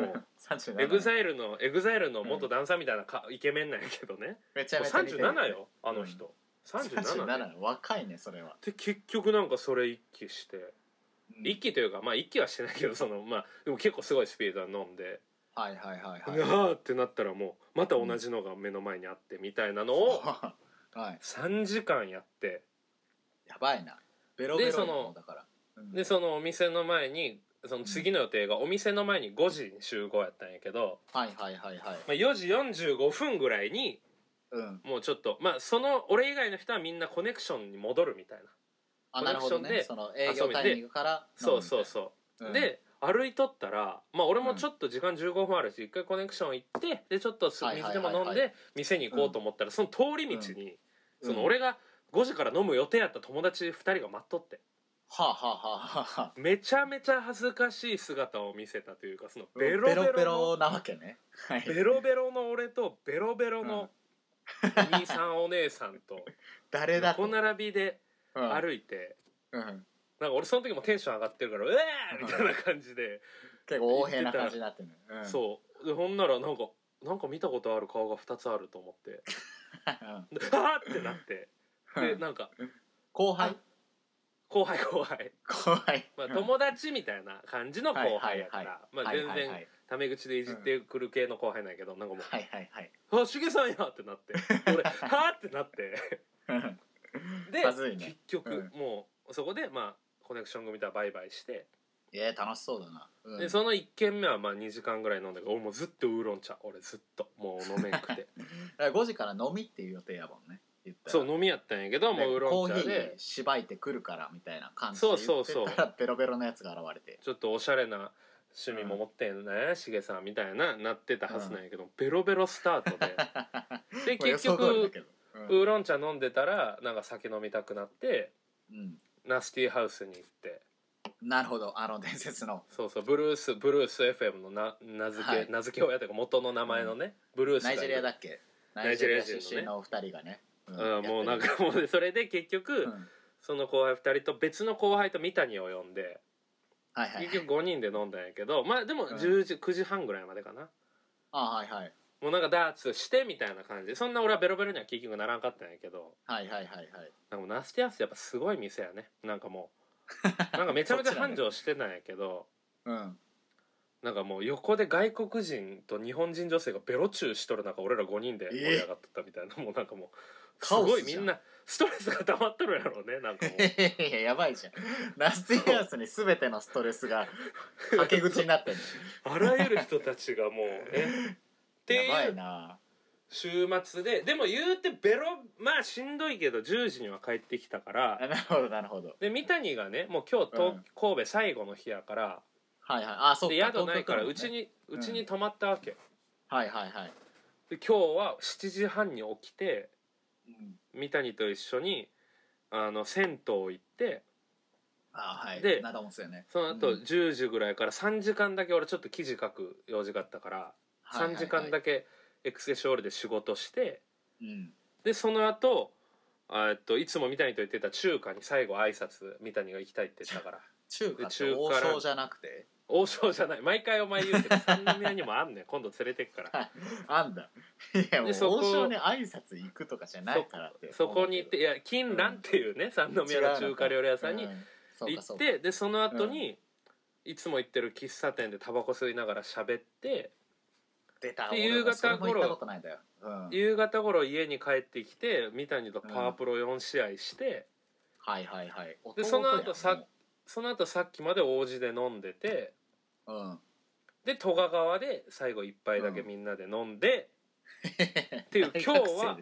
Speaker 2: もう
Speaker 1: 37
Speaker 2: エグザイルのエグザイルの元ダンサーみたいなかイケメンなんやけどね
Speaker 1: めちゃめちゃ
Speaker 2: 三
Speaker 1: 似て
Speaker 2: 十
Speaker 1: る
Speaker 2: 七よあの人。三十
Speaker 1: 37
Speaker 2: 七。
Speaker 1: ね若いねそれは
Speaker 2: で結局なんかそれ一気して、
Speaker 1: うん
Speaker 2: 一気というかまあ一気はしてないけどそのまあでも結構すごいスピードは飲んで、
Speaker 1: はいはいはい
Speaker 2: あ
Speaker 1: はい
Speaker 2: ーってなったらもうまた同じのが目の前にあってみたいなのを
Speaker 1: [LAUGHS] はい
Speaker 2: 三時間やって、
Speaker 1: やばいなベロベロ
Speaker 2: でそ
Speaker 1: や
Speaker 2: の
Speaker 1: もうだからうん
Speaker 2: でそのお店の前に。その次の予定がお店の前に5時に集合やったんやけど、
Speaker 1: はいはいはいはい
Speaker 2: まあ、4時45分ぐらいに
Speaker 1: うん
Speaker 2: もうちょっとまあその俺以外の人はみんなコネクションに戻るみたいな
Speaker 1: あ
Speaker 2: コネ
Speaker 1: な
Speaker 2: ク
Speaker 1: る
Speaker 2: シ
Speaker 1: ほど
Speaker 2: ョンで
Speaker 1: ねその営業タイミングから
Speaker 2: そうそうそう
Speaker 1: う
Speaker 2: で歩いとったらまあ俺もちょっと時間15分あるし一回コネクション行ってでちょっとす
Speaker 1: はいはいは
Speaker 2: 水
Speaker 1: い
Speaker 2: でも飲んで店に行こうと思ったらその通り道にその俺が5時から飲む予定やった友達2人が待っとって
Speaker 1: はあはあはあはあはあ
Speaker 2: めちゃめちゃ恥ずかしい姿を見せたというかそのベ
Speaker 1: ベ
Speaker 2: ロ
Speaker 1: ロ
Speaker 2: ベ
Speaker 1: ベ
Speaker 2: ロ
Speaker 1: ロ
Speaker 2: の
Speaker 1: なわけね。はい。
Speaker 2: ベロベロの俺とベロベロのお兄さんお姉さん
Speaker 1: [LAUGHS]
Speaker 2: と
Speaker 1: 誰だ
Speaker 2: 横
Speaker 1: と。
Speaker 2: 並びで
Speaker 1: うん
Speaker 2: 歩いて
Speaker 1: うん。
Speaker 2: なんか俺その時もテンション上がってるから「うわー!」みたいな感じで。
Speaker 1: 結構横柄な感じになってるね。うん。
Speaker 2: そうでほんならなんかなんか見たことある顔が2つあると思ってで [LAUGHS] あーってなって
Speaker 1: [LAUGHS] うん
Speaker 2: でなんか
Speaker 1: 後輩
Speaker 2: 後輩後輩、
Speaker 1: 後輩。
Speaker 2: まあ、
Speaker 1: うん
Speaker 2: 友達みたいな感じの後輩やか
Speaker 1: はいは
Speaker 2: らまあ
Speaker 1: はい
Speaker 2: 全
Speaker 1: は
Speaker 2: 然
Speaker 1: い
Speaker 2: タメ口でいじってくる系の後輩なんやけどなんかもう
Speaker 1: はいはいはい
Speaker 2: 「あしげさんや!」ってなって俺「はーってな
Speaker 1: [LAUGHS]
Speaker 2: って
Speaker 1: はいはい。
Speaker 2: で
Speaker 1: まずいね
Speaker 2: 結局
Speaker 1: う
Speaker 2: もうそこでまあコネクション組とはバイバイして
Speaker 1: いや楽しそうだな。うん
Speaker 2: でその1軒目はまあ2時間ぐらい飲んだけど俺もうずっとウーロン茶俺ずっともう飲めんく
Speaker 1: [LAUGHS]
Speaker 2: て
Speaker 1: だから5時から飲みっていう予定やもんね。言ったら
Speaker 2: そう飲みやったんやけどもうウー
Speaker 1: で
Speaker 2: ロ
Speaker 1: コ
Speaker 2: ン茶
Speaker 1: ーヒ
Speaker 2: で
Speaker 1: ーしばいてくるからみたいな感じで言ってた
Speaker 2: そ
Speaker 1: ら
Speaker 2: うそうそう
Speaker 1: ベロベロのやつが現れ
Speaker 2: [LAUGHS]
Speaker 1: て
Speaker 2: ちょっとおしゃれな趣味も持ってんねしげ、さんみたいななってたはずなんやけど、ベロベロスタート
Speaker 1: [LAUGHS]
Speaker 2: でで
Speaker 1: まあ予
Speaker 2: 結
Speaker 1: 想通りだ
Speaker 2: 局
Speaker 1: けど
Speaker 2: ウーロン茶飲んでたらなんか酒飲みたくなって
Speaker 1: うん
Speaker 2: ナスティーハウスに行って
Speaker 1: うんなるほどあの伝説の
Speaker 2: そうそうブルースブルース FM のな名付け、
Speaker 1: はい
Speaker 2: 名付け親というか元の名前のね、ブルースが
Speaker 1: ナ
Speaker 2: い
Speaker 1: イジ
Speaker 2: る
Speaker 1: ェリアだっけナ
Speaker 2: イ
Speaker 1: イジ
Speaker 2: ジェ
Speaker 1: ェ
Speaker 2: リ
Speaker 1: リ
Speaker 2: ア
Speaker 1: ア
Speaker 2: 人のね
Speaker 1: 出身のお二人がね
Speaker 2: うん、もうなん
Speaker 1: や
Speaker 2: かもうそれで結局、
Speaker 1: ってるうん
Speaker 2: その後輩2人と別の後輩と三谷を呼んで
Speaker 1: はいはい
Speaker 2: 結局5人で飲んだんやけどまあでも
Speaker 1: うん
Speaker 2: 10時9時半ぐらいまでかな
Speaker 1: あはいはい
Speaker 2: もうなんかダーツしてみたいな感じでそんな俺はベロベロには結局ならんかったんやけど
Speaker 1: はいはいはいはい
Speaker 2: なんかもうナスティアスやっぱすごい店やねなんかもうなんかめちゃめちゃ繁盛してないんやけど、
Speaker 1: うん [LAUGHS]
Speaker 2: なんかもう横で外国人と日本人女性がベロチューしとる中俺ら5人で盛り上がっとったみたいな、もうなんかもうす
Speaker 1: カオ
Speaker 2: ごい
Speaker 1: ス
Speaker 2: み
Speaker 1: じゃん
Speaker 2: んなストレスが溜まっとるやろうねな
Speaker 1: [LAUGHS]
Speaker 2: んかも
Speaker 1: い
Speaker 2: う
Speaker 1: やいややばいじゃんラスティアースに全てのストレスが [LAUGHS] はけ口になってんの
Speaker 2: あらゆる人たちがもうねって
Speaker 1: やば
Speaker 2: い
Speaker 1: いうな
Speaker 2: 週末ででも言うてベロまあしんどいけど10時には帰ってきたから
Speaker 1: あなるほどなるほど
Speaker 2: で三谷がねもう今日東、
Speaker 1: うん
Speaker 2: 神戸最後の日やから
Speaker 1: はいはいあそうか
Speaker 2: で宿ないからう
Speaker 1: 東京
Speaker 2: ち
Speaker 1: もね
Speaker 2: にうちに泊まったわけ、
Speaker 1: はいはいはい、
Speaker 2: で今日は7時半に起きて
Speaker 1: うん、
Speaker 2: 三谷と一緒にあの銭湯行って
Speaker 1: あはい
Speaker 2: で
Speaker 1: 長本だよね
Speaker 2: その後
Speaker 1: うん
Speaker 2: 10時ぐらいから3時間だけ俺ちょっと記事書く用事があったから、
Speaker 1: はいはいはい
Speaker 2: 3時間だけエクセショールで仕事して
Speaker 1: うん
Speaker 2: でその後あえっといつも三谷と言ってた中華に最後挨拶三谷が行きたいって言
Speaker 1: [LAUGHS]
Speaker 2: ったから
Speaker 1: 中華って
Speaker 2: 中
Speaker 1: 王
Speaker 2: 華ラン
Speaker 1: 将じゃなくて
Speaker 2: 王将じゃない毎回お前言うけど三宮にもあんねん今度連れてくから
Speaker 1: あんだ [LAUGHS] いやもう
Speaker 2: でそこ
Speaker 1: 王将に挨拶行くとかじゃないからって
Speaker 2: そこに行っていや金蘭っていうね、三宮の中華料理屋さんに
Speaker 1: うんそう
Speaker 2: 行
Speaker 1: かそ
Speaker 2: っ
Speaker 1: うか
Speaker 2: て、でその後に、いつも行ってる喫茶店でタバコ吸いながら喋って
Speaker 1: 出た
Speaker 2: で
Speaker 1: 俺も
Speaker 2: 夕方
Speaker 1: それも行っ
Speaker 2: 頃
Speaker 1: たことないんだよ、うん、はい
Speaker 2: 夕方頃家に帰ってきて三谷とパワープロ4試合して、
Speaker 1: はいはい
Speaker 2: で
Speaker 1: 弟
Speaker 2: その
Speaker 1: や
Speaker 2: 後
Speaker 1: ん
Speaker 2: さその後さっきまで王子で飲んでて
Speaker 1: もううん
Speaker 2: で戸賀川で最後一杯だけ
Speaker 1: うん
Speaker 2: みんなで飲んで、
Speaker 1: [LAUGHS]
Speaker 2: ていう今日は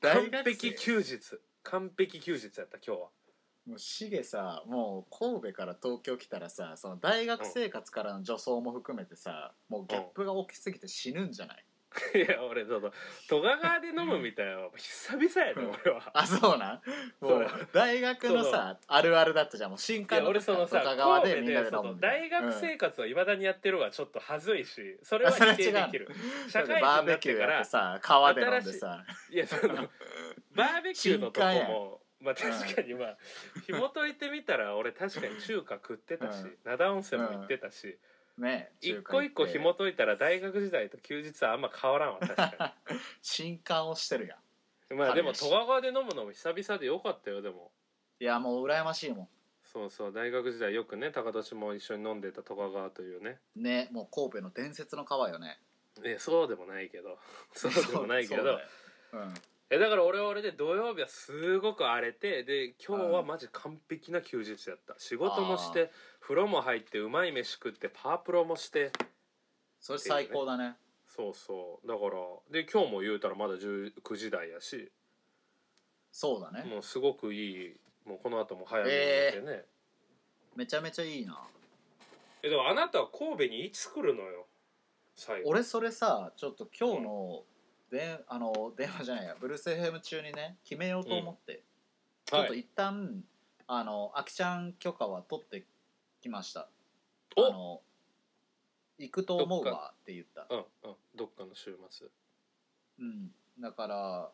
Speaker 1: 大学生
Speaker 2: 完璧休日完璧休日やった今日は [LAUGHS]
Speaker 1: もうシゲさもう神戸から東京来たらさその大学生活からの助走も含めてさもうギャップが大きすぎて死ぬんじゃない、
Speaker 2: いや俺そうそう戸賀川で飲むみたいなの久々や
Speaker 1: う
Speaker 2: ね
Speaker 1: ん
Speaker 2: 俺は。
Speaker 1: あそうなんもう
Speaker 2: そ
Speaker 1: 大学のさあるあるだったじゃんもう新
Speaker 2: い
Speaker 1: 刊
Speaker 2: や
Speaker 1: の
Speaker 2: 俺そのさ
Speaker 1: 深川
Speaker 2: 神
Speaker 1: で
Speaker 2: 戸
Speaker 1: みんなで
Speaker 2: でそ
Speaker 1: 飲む
Speaker 2: の
Speaker 1: みた
Speaker 2: 大
Speaker 1: いな
Speaker 2: 学生活をいまだにやってるはちょっと恥ずいしそれ
Speaker 1: あ
Speaker 2: は
Speaker 1: それは
Speaker 2: 否定できる
Speaker 1: うん
Speaker 2: 社会
Speaker 1: バ
Speaker 2: 人
Speaker 1: ー
Speaker 2: にな
Speaker 1: ベ
Speaker 2: っ
Speaker 1: キュ
Speaker 2: て
Speaker 1: ー
Speaker 2: か
Speaker 1: やっ
Speaker 2: ら
Speaker 1: てさ川で飲んでさ
Speaker 2: いやそのバーベキューのとこ
Speaker 1: 新刊
Speaker 2: もまあ確かにまあ紐解いてみたら俺確かに中華食ってたし
Speaker 1: うん
Speaker 2: 灘温泉も行ってたし
Speaker 1: ね
Speaker 2: 一
Speaker 1: 中華
Speaker 2: 個
Speaker 1: 行
Speaker 2: 一
Speaker 1: って
Speaker 2: 個紐解いたら大学時代と休日はあんま変わらんわ確か
Speaker 1: 新刊をしてるやん [LAUGHS]
Speaker 2: にまあでも戸川で飲むのも久々でよかったよでも
Speaker 1: いやもう羨ましいも
Speaker 2: そうそう大学時代よくね高年も一緒に飲んでた戸川というね
Speaker 1: んねもう神戸の伝説の川よね
Speaker 2: ねそうでもないけど [LAUGHS] そうでもないけ
Speaker 1: そうだ
Speaker 2: ど
Speaker 1: ようん
Speaker 2: えだから俺は俺で土曜日はすごく荒れてで今日はマジ完璧な休日やった仕事もして風呂も入ってうまい飯食ってパワープロもして
Speaker 1: それ最高だね
Speaker 2: そうそうだからで今日も言うたらまだ10 9時台やし
Speaker 1: そうだね
Speaker 2: もうすごくいいもうこの後も早めに寝てね、え
Speaker 1: めちゃめちゃいいな
Speaker 2: でもあなたは神戸にいつ来るのよ最後
Speaker 1: 俺それさちょっと今日のであの電話じゃないやブルース FM 中にね決めようと思って、ちょっと
Speaker 2: はい
Speaker 1: 一旦あのあきちゃん許可は取ってきましたあ
Speaker 2: お
Speaker 1: の行くと思うわって言った
Speaker 2: うんうんどっかの週末
Speaker 1: うんだから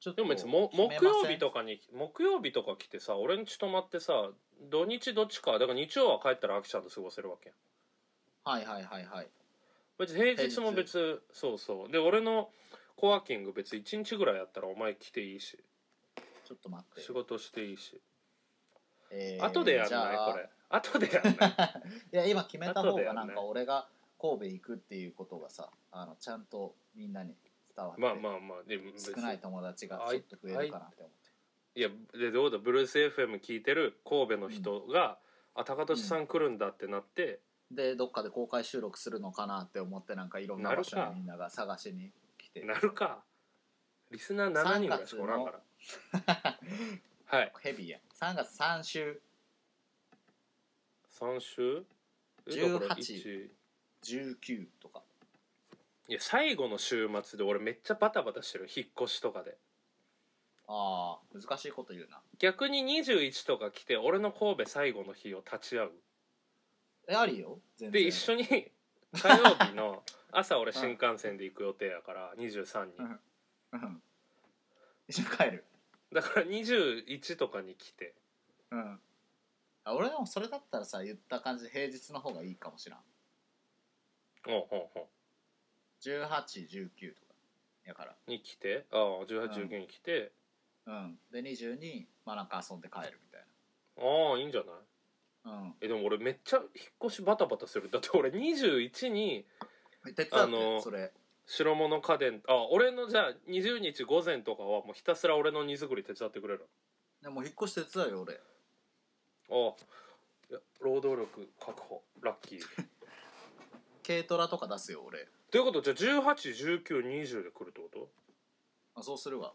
Speaker 1: ちょっ
Speaker 2: で
Speaker 1: と
Speaker 2: も別にも木曜日とかに木曜日とか来てさ俺ん家泊まってさ土日どっちかだから日曜は帰ったら秋ちゃんと過ごせるわけやん
Speaker 1: かはいはいはいはい
Speaker 2: 別に平日も
Speaker 1: 平日
Speaker 2: 別そうそうで俺のコワーキング別に1日ぐらいやったらお前来ていいし
Speaker 1: ちょっと待って
Speaker 2: 仕、事していいし、
Speaker 1: え
Speaker 2: 後でやん
Speaker 1: じゃ
Speaker 2: ない
Speaker 1: あ
Speaker 2: これ後でやんない [LAUGHS]
Speaker 1: いや今決めた方
Speaker 2: 後で
Speaker 1: が
Speaker 2: やん
Speaker 1: な
Speaker 2: なんい
Speaker 1: か俺が神戸行くっていうことがさあのちゃんとみんなに伝わって、
Speaker 2: まあまあまあでも別に
Speaker 1: 少ない友達がちょっと増えるかなって思って
Speaker 2: いやでどうだブルース FM 聞いてる神戸の人が、あ高俊さん来るんだってなって、
Speaker 1: でどっかで公開収録するのかなって思ってなんかいろんな場所
Speaker 2: なる
Speaker 1: に
Speaker 2: か
Speaker 1: みんなが探しに来て
Speaker 2: なるかリスナー7人ぐらいしかおらんから [LAUGHS] はい
Speaker 1: ヘビーや3月3週
Speaker 2: 三週えだから一
Speaker 1: 19とか
Speaker 2: いや最後の週末で俺めっちゃバタバタしてる引っ越しとかで
Speaker 1: ああ難しいこと言うな
Speaker 2: 逆に21とか来て俺の神戸最後の日を立ち会う
Speaker 1: えありよ全
Speaker 2: で一緒に火曜日の朝俺新幹線で行く予定やから23に
Speaker 1: うんうん一緒に帰る
Speaker 2: だから21とかに来て
Speaker 1: うんあ俺でもそれだったらさ言った感じで平日の方がいいかもしらん
Speaker 2: おうおうお
Speaker 1: 1819とかやから
Speaker 2: うに来てああ1819に来て、
Speaker 1: うんで22まあなんか遊んで帰るみたい
Speaker 2: ああいいんじゃない
Speaker 1: なうん
Speaker 2: えでも俺めっちゃ引っ越しバタバタするだって俺21に
Speaker 1: 手伝って、
Speaker 2: あの
Speaker 1: それ
Speaker 2: 白物家電あ俺のじゃあ20日午前とかはもうひたすら俺の荷造り手伝ってくれる
Speaker 1: でもう引っ越し手伝うよ俺
Speaker 2: あいや労働力確保ラッ
Speaker 1: [LAUGHS]
Speaker 2: キー
Speaker 1: 軽トラとか出すよ俺
Speaker 2: ということじゃあ181920で来るってこ
Speaker 1: あそうするわ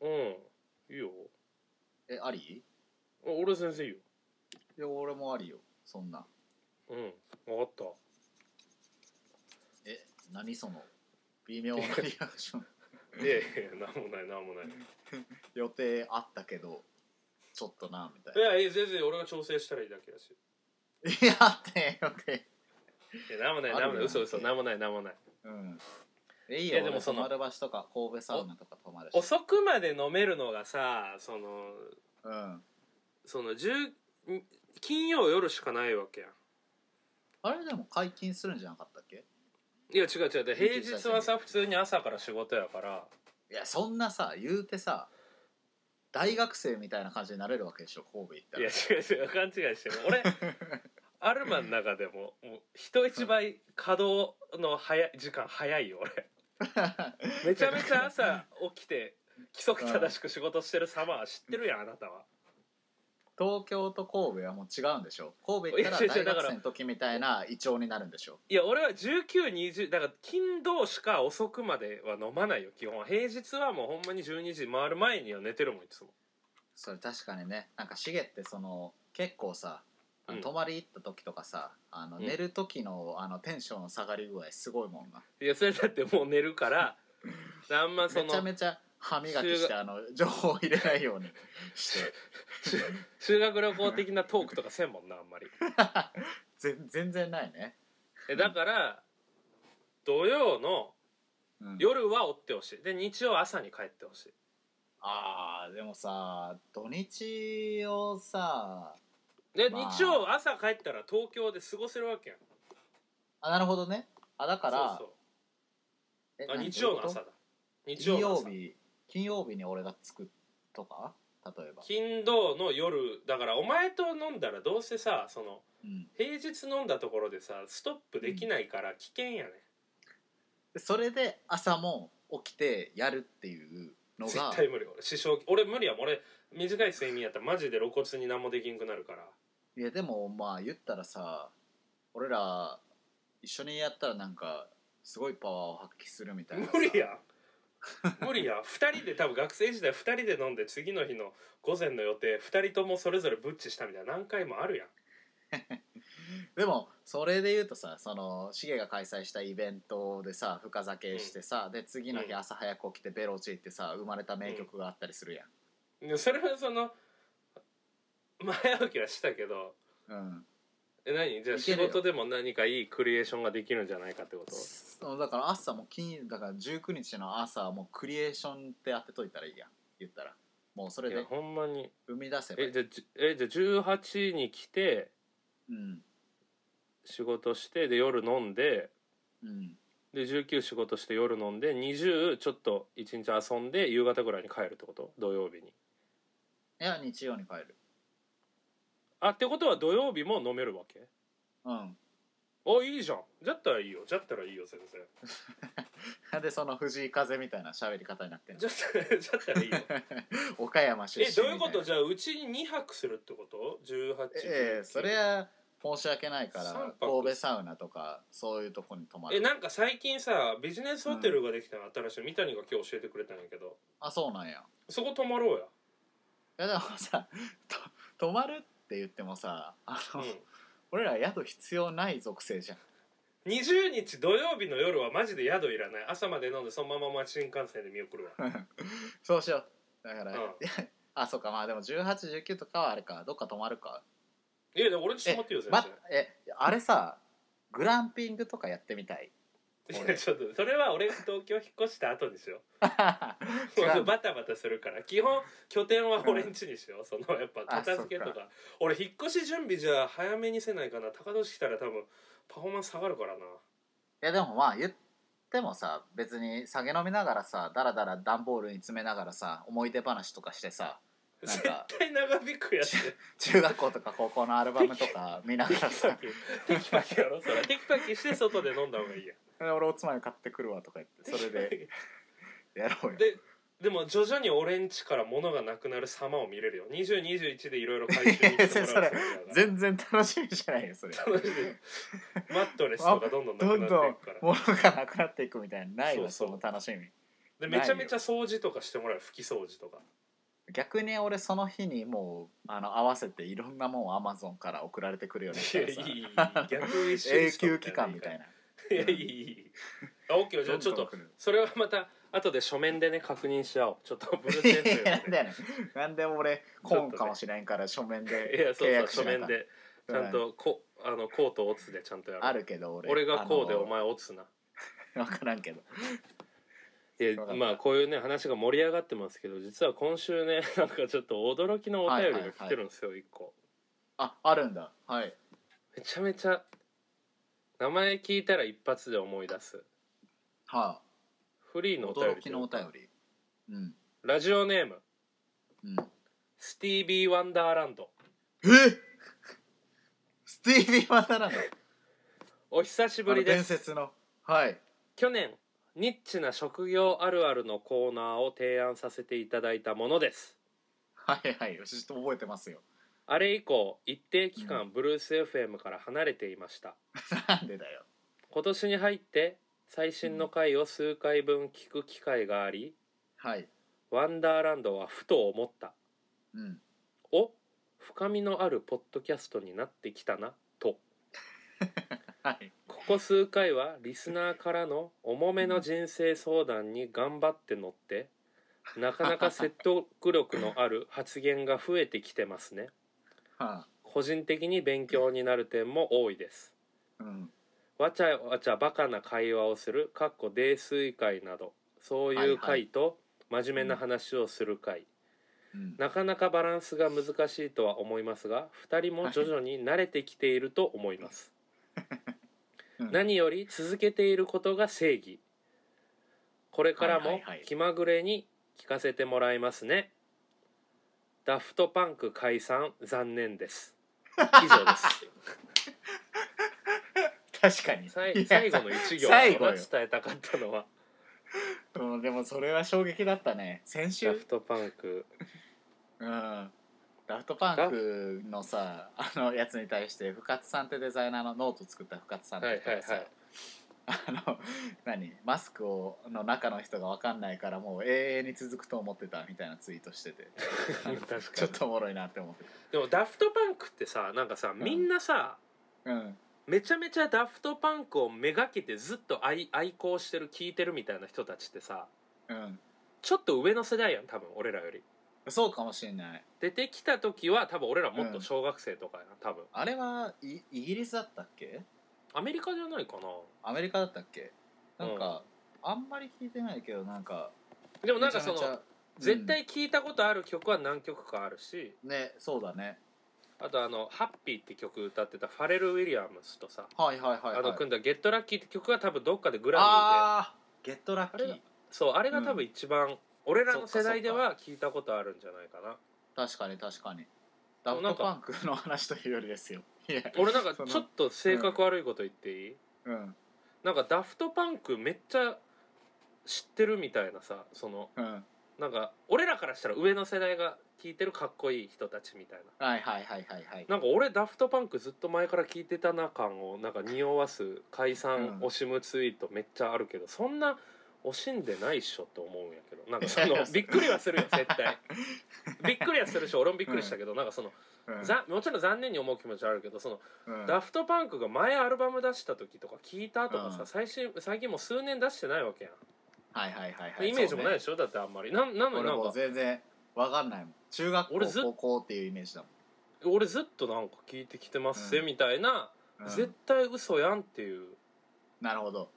Speaker 2: とうんいいよ
Speaker 1: えあり
Speaker 2: あ俺先生いいよ
Speaker 1: いや俺もありよそんな
Speaker 2: うん分
Speaker 1: [LAUGHS]
Speaker 2: かった
Speaker 1: え何その微妙なリアクション [LAUGHS]
Speaker 2: いやいやなんもないなんもないい
Speaker 1: 予定あったけどちょっとなみたい
Speaker 2: やいや全然俺が調整したらいいだけだし
Speaker 1: [LAUGHS] ないやあったよ予定
Speaker 2: いやなんもない
Speaker 1: ある
Speaker 2: な
Speaker 1: よ
Speaker 2: んもない嘘嘘なんもないなんもない
Speaker 1: うんえいい
Speaker 2: い
Speaker 1: よ
Speaker 2: やでも
Speaker 1: 俺
Speaker 2: そ
Speaker 1: 泊
Speaker 2: の
Speaker 1: まる場所とか神戸サウナとか泊まるし
Speaker 2: 遅くまで飲めるのがさその
Speaker 1: うん
Speaker 2: その10金曜夜しかないわけやん
Speaker 1: あれでも解禁するんじゃなかったっけ
Speaker 2: いや違う違うで平日はさ普通に朝から仕事やから
Speaker 1: いやそんなさ言うてさ大学生みたいな感じになれるわけでしょ神戸行った
Speaker 2: い
Speaker 1: ら
Speaker 2: や違う違う勘違いしてる [LAUGHS] 俺アルマの中でももう人一倍稼働の早い時間早いよ [LAUGHS] 俺めちゃめちゃ朝起きて規則正しく仕事してる様は知ってるやんあなたは
Speaker 1: 東京と神戸はもう違うんでしょ神戸行った
Speaker 2: いや違う
Speaker 1: ら大
Speaker 2: 違うだから
Speaker 1: 学生の時みたいな胃腸になるんでしょ
Speaker 2: いや俺は1920だから金土しか遅くまでは飲まないよ基本は平日はもうほんまに12時回る前には寝てるもんいつも
Speaker 1: それ確かにねなんかシゲってその結構さあの
Speaker 2: うん
Speaker 1: 泊まり行った時とかさ、あの
Speaker 2: うん
Speaker 1: 寝る時のあのテンションの下がり具合すごいもんな、
Speaker 2: いやそれだってもう寝るからあんまそ
Speaker 1: めちゃ
Speaker 2: の
Speaker 1: めちゃ歯磨きしてあの情報を入れないように
Speaker 2: [LAUGHS]
Speaker 1: して
Speaker 2: 修学旅行的なトークとかせんもんなあんまり
Speaker 1: ぜ全然ないね、
Speaker 2: えだから土曜の
Speaker 1: うん、
Speaker 2: 夜は追ってほしいで日曜朝に帰ってほしい
Speaker 1: あーでもさ土日をさ
Speaker 2: で、
Speaker 1: まあ
Speaker 2: 日曜朝帰ったら東京で過ごせるわけやん
Speaker 1: あなるほどねあだから
Speaker 2: そう
Speaker 1: え
Speaker 2: そうあ
Speaker 1: 何
Speaker 2: 日曜
Speaker 1: どう
Speaker 2: の
Speaker 1: いう
Speaker 2: 朝
Speaker 1: こ
Speaker 2: だ
Speaker 1: と
Speaker 2: 日曜の朝
Speaker 1: 金曜日金曜日に俺が着くとか例えば、
Speaker 2: 金土の夜だからお前と飲んだらどうせさその
Speaker 1: うん、
Speaker 2: 平日飲んだところでさストップできないから危険やね、
Speaker 1: でそれで朝も起きてやるっていうの
Speaker 2: 絶
Speaker 1: が
Speaker 2: 対無理俺支障俺無理やもん俺短い睡眠やったらマジで露骨に何もできんくなるから
Speaker 1: いやでもまあ言ったらさ俺ら一緒にやったらなんかすごいパワーを発揮するみたいなさ
Speaker 2: 無理やん無理やん2人で多分学生時代2人で飲んで次の日の午前の予定2人ともそれぞれブッチしたみたいな何回もあるやん
Speaker 1: でもそれで言うとさそのシゲが開催したイベントでさ深酒してさ、で次の日
Speaker 2: うん
Speaker 1: 朝早く起きてベロチ行ってさ生まれた名曲があったりするやん
Speaker 2: でそれはその前置きはしたけど
Speaker 1: うん、
Speaker 2: え何じゃあ
Speaker 1: いけ
Speaker 2: 仕
Speaker 1: るよ
Speaker 2: 事でも何かいいクリエーションができるんじゃないかってこと
Speaker 1: そうだから朝も金だから19日の朝はもうクリエーションって当てといたらいいやん言ったらもうそれ
Speaker 2: いや
Speaker 1: で
Speaker 2: ほんまに
Speaker 1: 生み出せばい
Speaker 2: え
Speaker 1: い
Speaker 2: じゃあじえじゃあ18に来て
Speaker 1: うん
Speaker 2: 仕事してで夜飲んで
Speaker 1: うん
Speaker 2: で19仕事して夜飲んで20ちょっと一日遊んで夕方ぐらいに帰るってこと土曜日に
Speaker 1: いや日曜に帰る
Speaker 2: あってことは土曜日も飲めるわけ
Speaker 1: うん [LAUGHS]
Speaker 2: あいいじゃんじゃったらいいよじゃったらいいよ先生
Speaker 1: でその藤井風みたいな喋り方になってんの
Speaker 2: じゃったじゃったら [LAUGHS] いいよ
Speaker 1: 岡山出身
Speaker 2: え
Speaker 1: みたな
Speaker 2: どういうことじゃあうちに2泊するってこと18
Speaker 1: ええそれは申し訳ないから
Speaker 2: 三泊
Speaker 1: 神戸サウナとかそういうとこに泊ま
Speaker 2: え
Speaker 1: る
Speaker 2: なんか最近さビジネスホテルができたの新しい三谷が今日教えてくれたんやけど
Speaker 1: あそうなんや
Speaker 2: そこ泊まろうや
Speaker 1: いやでもさ [LAUGHS] と泊まるって言ってもさあの、
Speaker 2: う
Speaker 1: 俺ら宿必要ない属性じゃん
Speaker 2: ん20日土曜日の夜はマジで宿いらない朝まで飲んでそのまま新幹線で見送るわ
Speaker 1: そうしようだから、
Speaker 2: うん
Speaker 1: いやあそうかまあでも1819とかはあれかどっか泊まるか
Speaker 2: いやでも俺ちょっと待ってよ先
Speaker 1: まえあれさグランピングとかやってみ
Speaker 2: [LAUGHS]
Speaker 1: たい
Speaker 2: 生、いやちょっとそれは俺が東京引っ越した後にしよう
Speaker 1: 違うの
Speaker 2: バタバタするから基本拠点は俺ん家にしよう、そのやっぱ
Speaker 1: あ
Speaker 2: 片付けと
Speaker 1: そ
Speaker 2: か
Speaker 1: っ
Speaker 2: 俺引っ越し準備じゃ早めにせないかな高年来たら多分パフォーマンス下がるからない
Speaker 1: やでもまあ言ってもさ別に酒飲みながらさだらだら段ボールに詰めながらさ思い出話とかしてさなん
Speaker 2: 絶 [LAUGHS]
Speaker 1: か
Speaker 2: 対長引くやつ
Speaker 1: 中学校とか高校のアルバムとか見なが
Speaker 2: テキ
Speaker 1: ら
Speaker 2: パ [LAUGHS]
Speaker 1: さ
Speaker 2: キテキパキやろそれテキパキして外で飲んだ方がいいや
Speaker 1: 「俺おつまみ買ってくるわ」とか言ってそれでやろうよ。
Speaker 2: [LAUGHS] ででも徐々に俺ん家から物がなくなる様を見れるよ2021でいろいろ回収に行ってもらうつもりだから
Speaker 1: 全然楽しみじゃないよそれ
Speaker 2: 楽しみマットレスとかどんどんなくな
Speaker 1: ど
Speaker 2: って
Speaker 1: ん
Speaker 2: いく
Speaker 1: ど
Speaker 2: か
Speaker 1: ん
Speaker 2: ら
Speaker 1: 物がなくなっていくみたいなないわそ
Speaker 2: そ
Speaker 1: う
Speaker 2: そう
Speaker 1: の楽しみ
Speaker 2: でめちゃめちゃ掃除とかしてもらう拭き掃除とか
Speaker 1: 逆に俺その日にもうあの合わせていろんなもんをアマゾンから送られてくるように
Speaker 2: い
Speaker 1: した
Speaker 2: やい
Speaker 1: ら
Speaker 2: い
Speaker 1: さ
Speaker 2: いい逆に
Speaker 1: 永久期間みた
Speaker 2: ない
Speaker 1: ない
Speaker 2: やいいいいあ OK じゃあちょっ
Speaker 1: どんどん
Speaker 2: と
Speaker 1: 来る
Speaker 2: それはまた後で書面で
Speaker 1: [LAUGHS]
Speaker 2: ね確認し合おうちょっとブルー
Speaker 1: い
Speaker 2: チェ
Speaker 1: や
Speaker 2: ンス
Speaker 1: [LAUGHS] なんだよねなんで俺コーンかもしれんから書面
Speaker 2: いや
Speaker 1: で
Speaker 2: そ
Speaker 1: 契
Speaker 2: う
Speaker 1: 約
Speaker 2: そ
Speaker 1: し
Speaker 2: う書
Speaker 1: なか
Speaker 2: 面
Speaker 1: った
Speaker 2: でちゃんとこあのコートオツでちゃんとやる
Speaker 1: あるけど俺
Speaker 2: 俺がこうで
Speaker 1: あの
Speaker 2: お前オツな
Speaker 1: わからんけど
Speaker 2: で
Speaker 1: そうだった
Speaker 2: まあこういうね話が盛り上がってますけど実は今週ね [LAUGHS] なんかちょっと驚きのお便りが来てるんですよ一個
Speaker 1: ああるんだはい
Speaker 2: めちゃめちゃ名前聞いたら一発で思い出す
Speaker 1: は
Speaker 2: フリー
Speaker 1: あ
Speaker 2: のお便
Speaker 1: 驚
Speaker 2: り
Speaker 1: きのお便りうん
Speaker 2: ラジオネーム
Speaker 1: うん
Speaker 2: スティービー・ワンダーランド
Speaker 1: えスティービー・ワンダーランド
Speaker 2: お久しぶ
Speaker 1: あの
Speaker 2: りで
Speaker 1: 伝
Speaker 2: す
Speaker 1: 説のはい
Speaker 2: 去年ニッチな職業あるあるのコーナーを提案させていただいたものです
Speaker 1: はいはいよしちょっと覚えてますよ
Speaker 2: あれ以降一定期間、
Speaker 1: う
Speaker 2: ブルース FM から離れていました
Speaker 1: なんでだよ
Speaker 2: 今年に入って最新の回を数回分聞く機会があり
Speaker 1: はい
Speaker 2: 「ワンダーランドはふと思った
Speaker 1: うん」
Speaker 2: を深みのあるポッドキャストになってきたなと
Speaker 1: [LAUGHS] はい
Speaker 2: ここ数回はリスナーからの重めの人生相談に頑張って乗ってなかなか説得力のある発言が増えてきてますね
Speaker 1: はあ
Speaker 2: 個人的に勉強になる点も多いです
Speaker 1: うん
Speaker 2: わちゃわちゃバカな会話をするかっこ泥酔会などそういう会と真面目な話をする会、
Speaker 1: うん
Speaker 2: なかなかバランスが難しいとは思いますが2人も徐々に慣れてきていると思います、
Speaker 1: [LAUGHS] うん
Speaker 2: 何より続けていることが正義これから
Speaker 1: はい
Speaker 2: も
Speaker 1: はいはい
Speaker 2: 気まぐれに聞かせてもらいますね、ダフトパンク解散残念です以上です
Speaker 1: [LAUGHS] 確かに
Speaker 2: さい
Speaker 1: いや
Speaker 2: 最後の一行
Speaker 1: 最後
Speaker 2: を
Speaker 1: よ
Speaker 2: 伝えたかったのは
Speaker 1: [LAUGHS] うんでもそれは衝撃だったね先週
Speaker 2: ダフトパンク
Speaker 1: うんダフトパンクのさあのやつに対して深津さんってデザイナーのノート作った深津さんって人がさ、
Speaker 2: はいはい
Speaker 1: あの何マスクをの中の人が分かんないからもう永遠に続くと思ってたみたいなツイートしてて
Speaker 2: [LAUGHS] 確かに
Speaker 1: ちょっとおもろいなって思って
Speaker 2: でもダフトパンクってさなんかさみんなさ、
Speaker 1: たうん
Speaker 2: めちゃめちゃダフトパンクをめがけてずっと愛愛好してる聞いてるみたいな人たちってさ
Speaker 1: うん
Speaker 2: ちょっと上の世代やん多分俺らより
Speaker 1: そうかもしれない
Speaker 2: 出てきた時は多分俺らもっと小学生とかやな多分
Speaker 1: あれはいイギリスだったっけ
Speaker 2: アメリカじゃないかな
Speaker 1: アメリカだったっけなんか、あんまり聞いてないけどなんか
Speaker 2: でもなんかそ
Speaker 1: めちゃめ
Speaker 2: の
Speaker 1: ちゃ
Speaker 2: 絶対聞いたことある曲は何曲かあるし
Speaker 1: うんねそうだね
Speaker 2: あとあの「ハッピー」って曲歌ってたファレル・ウィリアムスとさ
Speaker 1: はいはいはい、はい、
Speaker 2: あの組んだ「ゲットラッキー」って曲が多分どっかでグラミーで
Speaker 1: あーゲットラッキ
Speaker 2: あ
Speaker 1: ー
Speaker 2: れそうあれが多分一番俺らの世代で
Speaker 1: そっか
Speaker 2: は聞いたことあるんじゃないかな
Speaker 1: 確かに確かに
Speaker 2: で
Speaker 1: ダ
Speaker 2: も
Speaker 1: フト
Speaker 2: なんか
Speaker 1: パンクの話というよりですよいや
Speaker 2: 俺なんか
Speaker 1: その
Speaker 2: ちょっと性格悪いこと言っていい、
Speaker 1: うん
Speaker 2: なんかダフトパンクめっちゃ知ってるみたいなさその
Speaker 1: うんはい
Speaker 2: なんか俺らからしたら上の世代が聞いてるかっこいい人たちみたいな
Speaker 1: はいはいはいはい
Speaker 2: なんか俺ダフトパンクずっと前から聞いてたな感をなんか匂わす解散
Speaker 1: うん
Speaker 2: 惜しむツイートめっちゃあるけどそんな惜しんでないっしょと思うんやけどなんかそ
Speaker 1: [LAUGHS] いやい
Speaker 2: の
Speaker 1: や
Speaker 2: びっくりはするよ絶
Speaker 1: [LAUGHS]
Speaker 2: 対びっくりはするし俺もびっくりしたけどなんかその
Speaker 1: うん
Speaker 2: ざもちろん残念に思う気持ちはあるけどその
Speaker 1: うん
Speaker 2: ダフトパンクが前アルバム出した時とか聞いたとか
Speaker 1: う
Speaker 2: さ、
Speaker 1: ん
Speaker 2: 最新最近もう数年出してないわけやん、
Speaker 1: はいはいはいはい
Speaker 2: イメージも
Speaker 1: そう
Speaker 2: ないでしょ、だってあんまりなんな
Speaker 1: ね
Speaker 2: の
Speaker 1: 俺
Speaker 2: になん
Speaker 1: も
Speaker 2: か
Speaker 1: う全然わかんないもん中学校
Speaker 2: 俺ずっ
Speaker 1: 高校っていうイメージだも
Speaker 2: 俺ずっとなんか聞いてきてますぜ、
Speaker 1: うん
Speaker 2: みたいな、
Speaker 1: ん、うん
Speaker 2: 絶対嘘やんっていう
Speaker 1: なるほど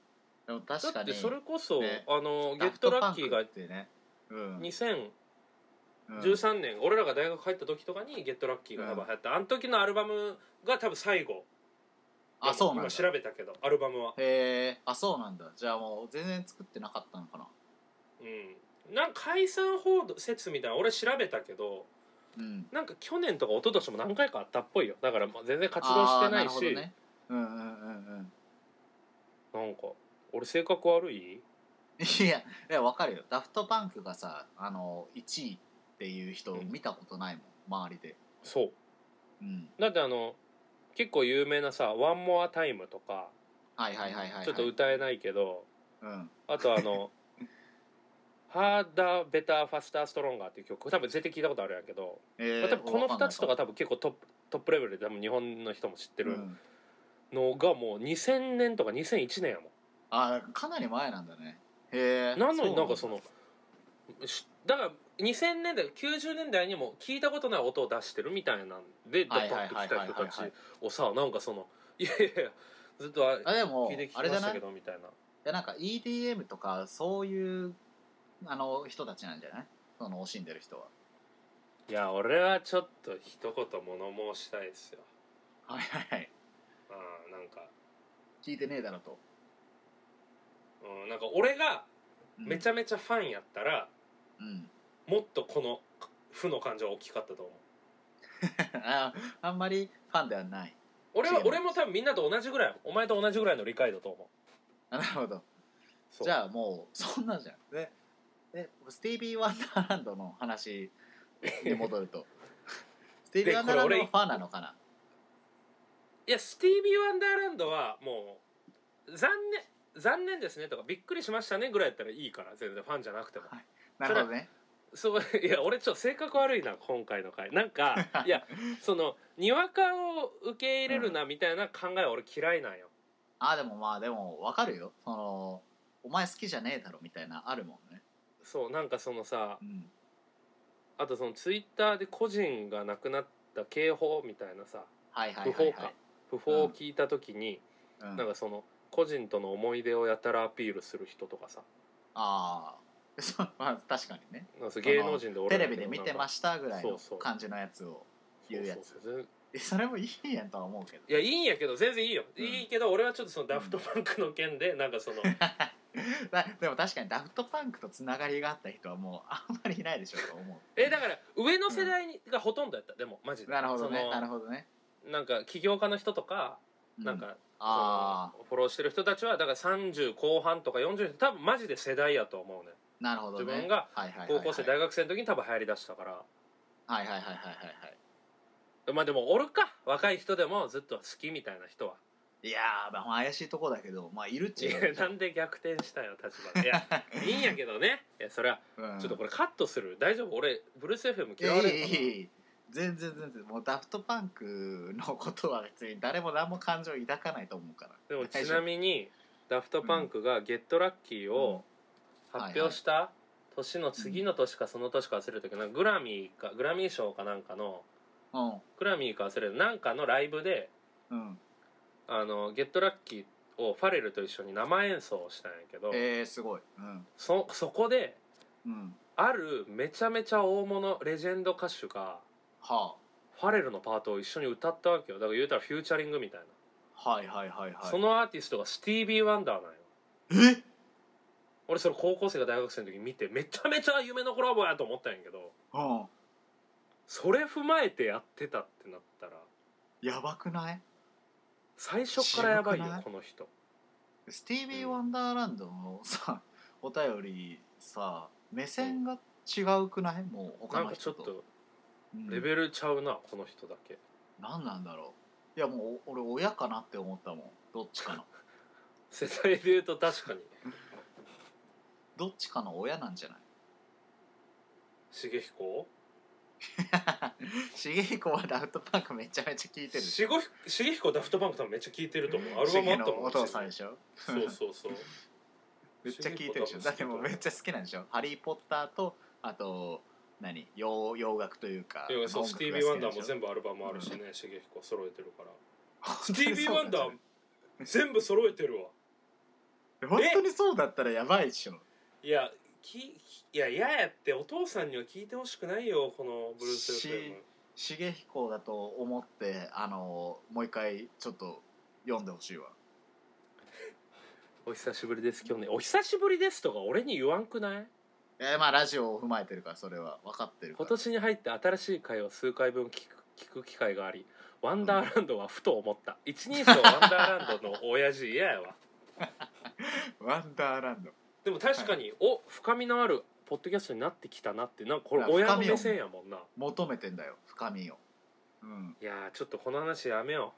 Speaker 1: でも確
Speaker 2: だ
Speaker 1: か
Speaker 2: っ
Speaker 1: に
Speaker 2: てそれこそ、
Speaker 1: ね
Speaker 2: あのゲ
Speaker 1: ダ
Speaker 2: ッ
Speaker 1: フ
Speaker 2: ト
Speaker 1: パ
Speaker 2: ラッ
Speaker 1: ン
Speaker 2: キーが
Speaker 1: ってねうん
Speaker 2: 2013
Speaker 1: うん
Speaker 2: 年、俺らが大学入った時とかにゲットラッキーが多分流行った、あの時のアルバムが多分最後
Speaker 1: あそうなん
Speaker 2: 今
Speaker 1: だ
Speaker 2: 調べたけどアルバムは
Speaker 1: へえあそうなんだじゃあもう全然作ってなかったのかな
Speaker 2: うんなんか解散報道説みたいなの俺調べたけど
Speaker 1: うん、
Speaker 2: なんか去年とか一昨年も何回かあったっぽいよだからまあ全然活動してな
Speaker 1: あー
Speaker 2: い
Speaker 1: るほ
Speaker 2: し
Speaker 1: ど
Speaker 2: な,、
Speaker 1: ね、うんうんうんうん
Speaker 2: んか俺性格悪い
Speaker 1: いやいやわかるよダフトパンクがさあの1位っていう人を見たことないもん、周りで
Speaker 2: そう
Speaker 1: うん
Speaker 2: だってあの結構有名なさ「ワンモアタイムとか
Speaker 1: はいはいはいはい、はい、
Speaker 2: ちょっと歌えないけど、
Speaker 1: うん
Speaker 2: あとあの [LAUGHS] 「ハーダーベターファスターストロンガー」っていう曲多分絶対聞いたことあるやんけど、
Speaker 1: え
Speaker 2: まあ多
Speaker 1: ー、
Speaker 2: 分この
Speaker 1: わかんな
Speaker 2: 2
Speaker 1: い
Speaker 2: つとか多分結構トップトップレベルで多分日本の人も知って
Speaker 1: う
Speaker 2: る
Speaker 1: ん
Speaker 2: のがもう2000年とか2001年やも
Speaker 1: あーかなり前なんだねへえ
Speaker 2: んなのになんかそのしだから2000年代90年代にも聞いたことない音を出してるみたいなんでド
Speaker 1: は
Speaker 2: ッ
Speaker 1: い
Speaker 2: と
Speaker 1: はい
Speaker 2: 来
Speaker 1: はい
Speaker 2: た
Speaker 1: はいはいはい
Speaker 2: 人たちをさなんかそのいやいやいやずっとあ
Speaker 1: あでも
Speaker 2: 聞いてき
Speaker 1: あ
Speaker 2: ま
Speaker 1: れじゃ
Speaker 2: し
Speaker 1: な
Speaker 2: た
Speaker 1: い
Speaker 2: け
Speaker 1: い
Speaker 2: どみたいな
Speaker 1: やなんか EDM とかそういうあの人たちなんじゃないその惜しんでる人はい
Speaker 2: や俺はちょっと一言物申したいですよ
Speaker 1: はいはいはい
Speaker 2: あーなんか、
Speaker 1: 聞いてねえだろと、
Speaker 2: うん、なんか俺がめち
Speaker 1: ゃ
Speaker 2: ゃめちゃファンやったら、
Speaker 1: うん
Speaker 2: もっとこの負の感情は大きかったと思う
Speaker 1: ああんまりファンではない
Speaker 2: 俺
Speaker 1: 違
Speaker 2: は
Speaker 1: います
Speaker 2: 俺も多分みんなと同じぐらいお前と同じぐらいの理解だと思う
Speaker 1: あなるほど
Speaker 2: そう
Speaker 1: じゃあもうそんなんじゃんででスティービー・ワンダーランドの話に戻る
Speaker 2: [LAUGHS]
Speaker 1: とスティービー・ワンダーランドのファンなのかない
Speaker 2: やスティービー・ワンダーランドはもう残念残念ですねとかびっくりしましたねぐらいやったらいいから全然ファンじゃなくても
Speaker 1: なるほどね
Speaker 2: そういや俺ちょっと性格悪いな今回の回なんか
Speaker 1: [LAUGHS]
Speaker 2: いやそのにわかを受け入れるなみたいな考えは俺嫌いなんよ
Speaker 1: あでもまあでもわかるよそのお前好きじゃねえだろみたいなあるもんね
Speaker 2: そうなんかそのさ
Speaker 1: うん
Speaker 2: あとそのツイッターで個人が亡くなった警報みたいなさ
Speaker 1: はいはい
Speaker 2: 不
Speaker 1: はい
Speaker 2: 法
Speaker 1: はい
Speaker 2: か不法を聞いた時に、
Speaker 1: うん
Speaker 2: なんかその個人との思い出をやたらアピールする人とかさ
Speaker 1: ああ [LAUGHS] そうまあ確かにね
Speaker 2: なんかその芸能人で俺
Speaker 1: テ
Speaker 2: ら
Speaker 1: レビで見てましたぐらいの
Speaker 2: そうそう
Speaker 1: 感じのやつを言うやつ
Speaker 2: そうそうそう
Speaker 1: えそれもいいやんとは思うけど
Speaker 2: いやいいんやけど全然いいよ、
Speaker 1: うん
Speaker 2: いいけど俺はちょっとそのダフトパンクの件でなんかその [LAUGHS]
Speaker 1: だでも確かにダフトパンクとつながりがあった人はもうあんまりいないでしょうと思
Speaker 2: えだから上の世代にがほとんどやったでもマジ
Speaker 1: う
Speaker 2: で
Speaker 1: なるほど
Speaker 2: そ
Speaker 1: ね
Speaker 2: の
Speaker 1: なるほどね
Speaker 2: なんか起業家の人とか、
Speaker 1: う
Speaker 2: なんか
Speaker 1: あ
Speaker 2: そのフォローしてる人たちはだから30後半とか40多分マジで世代やと思うね
Speaker 1: なるほどね
Speaker 2: 自分が
Speaker 1: はいはいはいはい
Speaker 2: 高校生大学生の時に多分流行りだしたから
Speaker 1: はいはいはいはいはい
Speaker 2: まあでもおるか若い人でもずっと好きみたいな人はい
Speaker 1: やーまあ怪しいとこだけどまあいるっ
Speaker 2: い
Speaker 1: ちゅ
Speaker 2: や
Speaker 1: う
Speaker 2: なんで逆転したよ立場
Speaker 1: [LAUGHS]
Speaker 2: でいやいいんやけどねいやそれは
Speaker 1: うん
Speaker 2: ちょっとこれカットする大丈夫俺ブルース FM
Speaker 1: い
Speaker 2: 嫌
Speaker 1: や
Speaker 2: わ
Speaker 1: いや
Speaker 2: れ
Speaker 1: い
Speaker 2: る
Speaker 1: や
Speaker 2: か
Speaker 1: いやいや全然全然もうダフトパンクのことは別に誰も何も感情抱かないと思うから
Speaker 2: なでもちなみにダフトパンクが「ゲットラッキー」を発表した年の次の年かその年か忘れたけどなんかグラミーかグラミー賞かなんかの
Speaker 1: うん
Speaker 2: グラミーか忘れるなんかのライブで
Speaker 1: うん
Speaker 2: 「あのゲットラッキー」をファレルと一緒に生演奏をしたんやけど
Speaker 1: えー、すごいうん
Speaker 2: そそこで
Speaker 1: うん
Speaker 2: あるめちゃめちゃ大物レジェンド歌手が
Speaker 1: は
Speaker 2: ファレルのパートを一緒に歌ったわけよだから言うたらフューチャリングみたいな。
Speaker 1: あはいはいはいはい
Speaker 2: そのアーティストがスティービー・ワンダーなんよ
Speaker 1: え
Speaker 2: 俺それ高校生が大学生の時見てめちゃめちゃ夢のコラボやと思ったんやけど
Speaker 1: うん
Speaker 2: それ踏まえてやってたってなったら
Speaker 1: やばくない
Speaker 2: 最初からやばいよ
Speaker 1: 渋くない
Speaker 2: この人
Speaker 1: スティービー・
Speaker 2: うん
Speaker 1: ワンダーランドのさ、お便りさ目線が違うくないもう
Speaker 2: な
Speaker 1: 他
Speaker 2: ん
Speaker 1: の
Speaker 2: かちょ
Speaker 1: 人と
Speaker 2: っと
Speaker 1: うん
Speaker 2: レベルちゃうな、この人だけ
Speaker 1: 何なんだろういやもうお俺親かなって思ったもんどっちかの
Speaker 2: 世代で言うと確かに
Speaker 1: どっちかの親なんじゃない [LAUGHS]
Speaker 2: 重彦
Speaker 1: 重彦はダウトパンクめちゃめちゃ聞いてる
Speaker 2: しごひ重彦ダフトバンク多分めっちゃ聴いてると思うアルバムあった
Speaker 1: 重
Speaker 2: も
Speaker 1: の
Speaker 2: ん
Speaker 1: お父さんでしょ
Speaker 2: そうそうそう
Speaker 1: [LAUGHS] めっちゃ聞いてるでしょだってもうめっちゃ好きなんでしょ「ハリー・ポッターと」あと何洋洋楽というか
Speaker 2: いやそう
Speaker 1: 音
Speaker 2: ス
Speaker 1: 楽
Speaker 2: ティー
Speaker 1: が
Speaker 2: ビー・ワンダーも
Speaker 1: 好きなんでしょ
Speaker 2: 全部アルバムあるしね重彦揃えてるから
Speaker 1: 本
Speaker 2: ス
Speaker 1: 当
Speaker 2: ティ
Speaker 1: に
Speaker 2: ー
Speaker 1: [LAUGHS]
Speaker 2: ビ
Speaker 1: そ
Speaker 2: ー・
Speaker 1: う
Speaker 2: ワ
Speaker 1: な
Speaker 2: ン
Speaker 1: んじゃ
Speaker 2: ダ
Speaker 1: な
Speaker 2: ー
Speaker 1: い
Speaker 2: 全部揃えてるわ
Speaker 1: [LAUGHS] 本当にそうだったらやばいでしょ
Speaker 2: いやきいや嫌やってお父さんには聞いてほしくないよこのブルース・
Speaker 1: し
Speaker 2: FM
Speaker 1: 重彦だと思ってあのもう一回ちょっと読んでほしいわ
Speaker 2: お久しぶりです今日ねお久しぶりですとか俺に言わんくない
Speaker 1: えまあラジオを踏まえてるからそれは分かってるか
Speaker 2: 今
Speaker 1: ら
Speaker 2: 年に入って新しい回を数回分聞く聞く機会があり「ワンダーランド」はふと思った一人称ワンダーランドの親父嫌やわ
Speaker 1: ワンダーランド
Speaker 2: でも確かに、お深みのあるポッドキャストになってきたなってなんかこれ
Speaker 1: いや
Speaker 2: 親
Speaker 1: 深
Speaker 2: の
Speaker 1: みを
Speaker 2: 目線やもんな
Speaker 1: 求めてんだよ深みをうん
Speaker 2: いやーちょっとこの話やめよ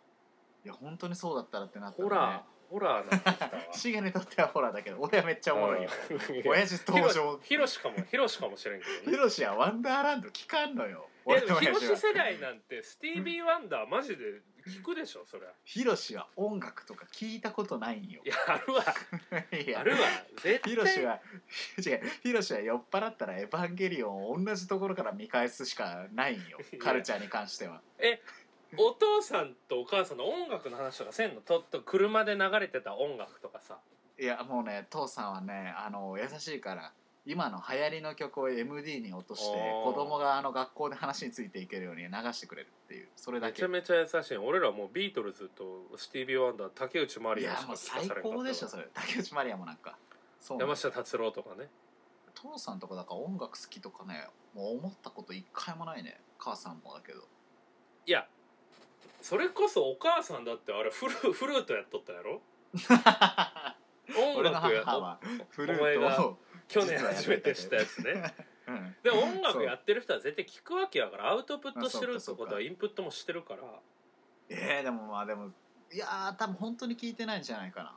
Speaker 1: いや本当にそうだったらってなっ
Speaker 2: う
Speaker 1: た
Speaker 2: ホ
Speaker 1: ら、
Speaker 2: ラ
Speaker 1: ね、
Speaker 2: ーホラーなってきた [LAUGHS] わ
Speaker 1: シゲにとってはホラーだけど俺はめっちゃおもろいよ
Speaker 2: うん [LAUGHS] いや
Speaker 1: [LAUGHS] 親父登場
Speaker 2: ヒロシかもヒロシかもしれんけど
Speaker 1: ヒ
Speaker 2: ね
Speaker 1: ロシはワンダーランド聞かんのよ
Speaker 2: いやでもヒ
Speaker 1: 俺の
Speaker 2: ロ
Speaker 1: 親父
Speaker 2: シ
Speaker 1: は
Speaker 2: 世代なんてスティービー・ワンダーマジで聞くでしょそりゃ
Speaker 1: ヒロシは音楽とか聞いたこと [LAUGHS] ないんよ
Speaker 2: いやあるわ
Speaker 1: [LAUGHS] いや
Speaker 2: あるわ絶対
Speaker 1: ヒロシは違うヒロシは酔っ払ったら「エヴァンゲリオン」を同じところから見返すしかないんよ
Speaker 2: いや
Speaker 1: カルチャーに関しては
Speaker 2: お父さんとお母さんの音楽の話とかせんのとっと車で流れてた音楽とかさ
Speaker 1: いやもうね父さんはねあの優しいから今の流行りの曲を MD に落として
Speaker 2: お
Speaker 1: 子
Speaker 2: ー
Speaker 1: 供があの学校で話についていけるように流してくれるっていうそれだ
Speaker 2: め
Speaker 1: け
Speaker 2: ちゃめちゃ優しい俺らもうビートルズとスティービー・ワンダー竹内ま
Speaker 1: い
Speaker 2: りや
Speaker 1: や
Speaker 2: しか
Speaker 1: もう
Speaker 2: 聞か
Speaker 1: 最
Speaker 2: されんかった
Speaker 1: 高
Speaker 2: わ
Speaker 1: でしょそれ竹内まりやもなんかそうなの
Speaker 2: 山下達郎とかね
Speaker 1: 父さんとかだから音楽好きとかねもう思ったこと一回もないね母さんもだけど
Speaker 2: いやそれこそお母さんだってあれフルフルートやっとったやろ音
Speaker 1: 俺の
Speaker 2: 楽や
Speaker 1: 母
Speaker 2: と
Speaker 1: はフルートを、
Speaker 2: 去年初めてしたやつね
Speaker 1: うん、
Speaker 2: でも音楽やってる人は絶対聞くわけやからアウトプットしてるってこと
Speaker 1: あそうかそう
Speaker 2: は
Speaker 1: か
Speaker 2: インプットもしてるから
Speaker 1: えー、でもまあでもいやー多分本当に聞いてないんじゃないかな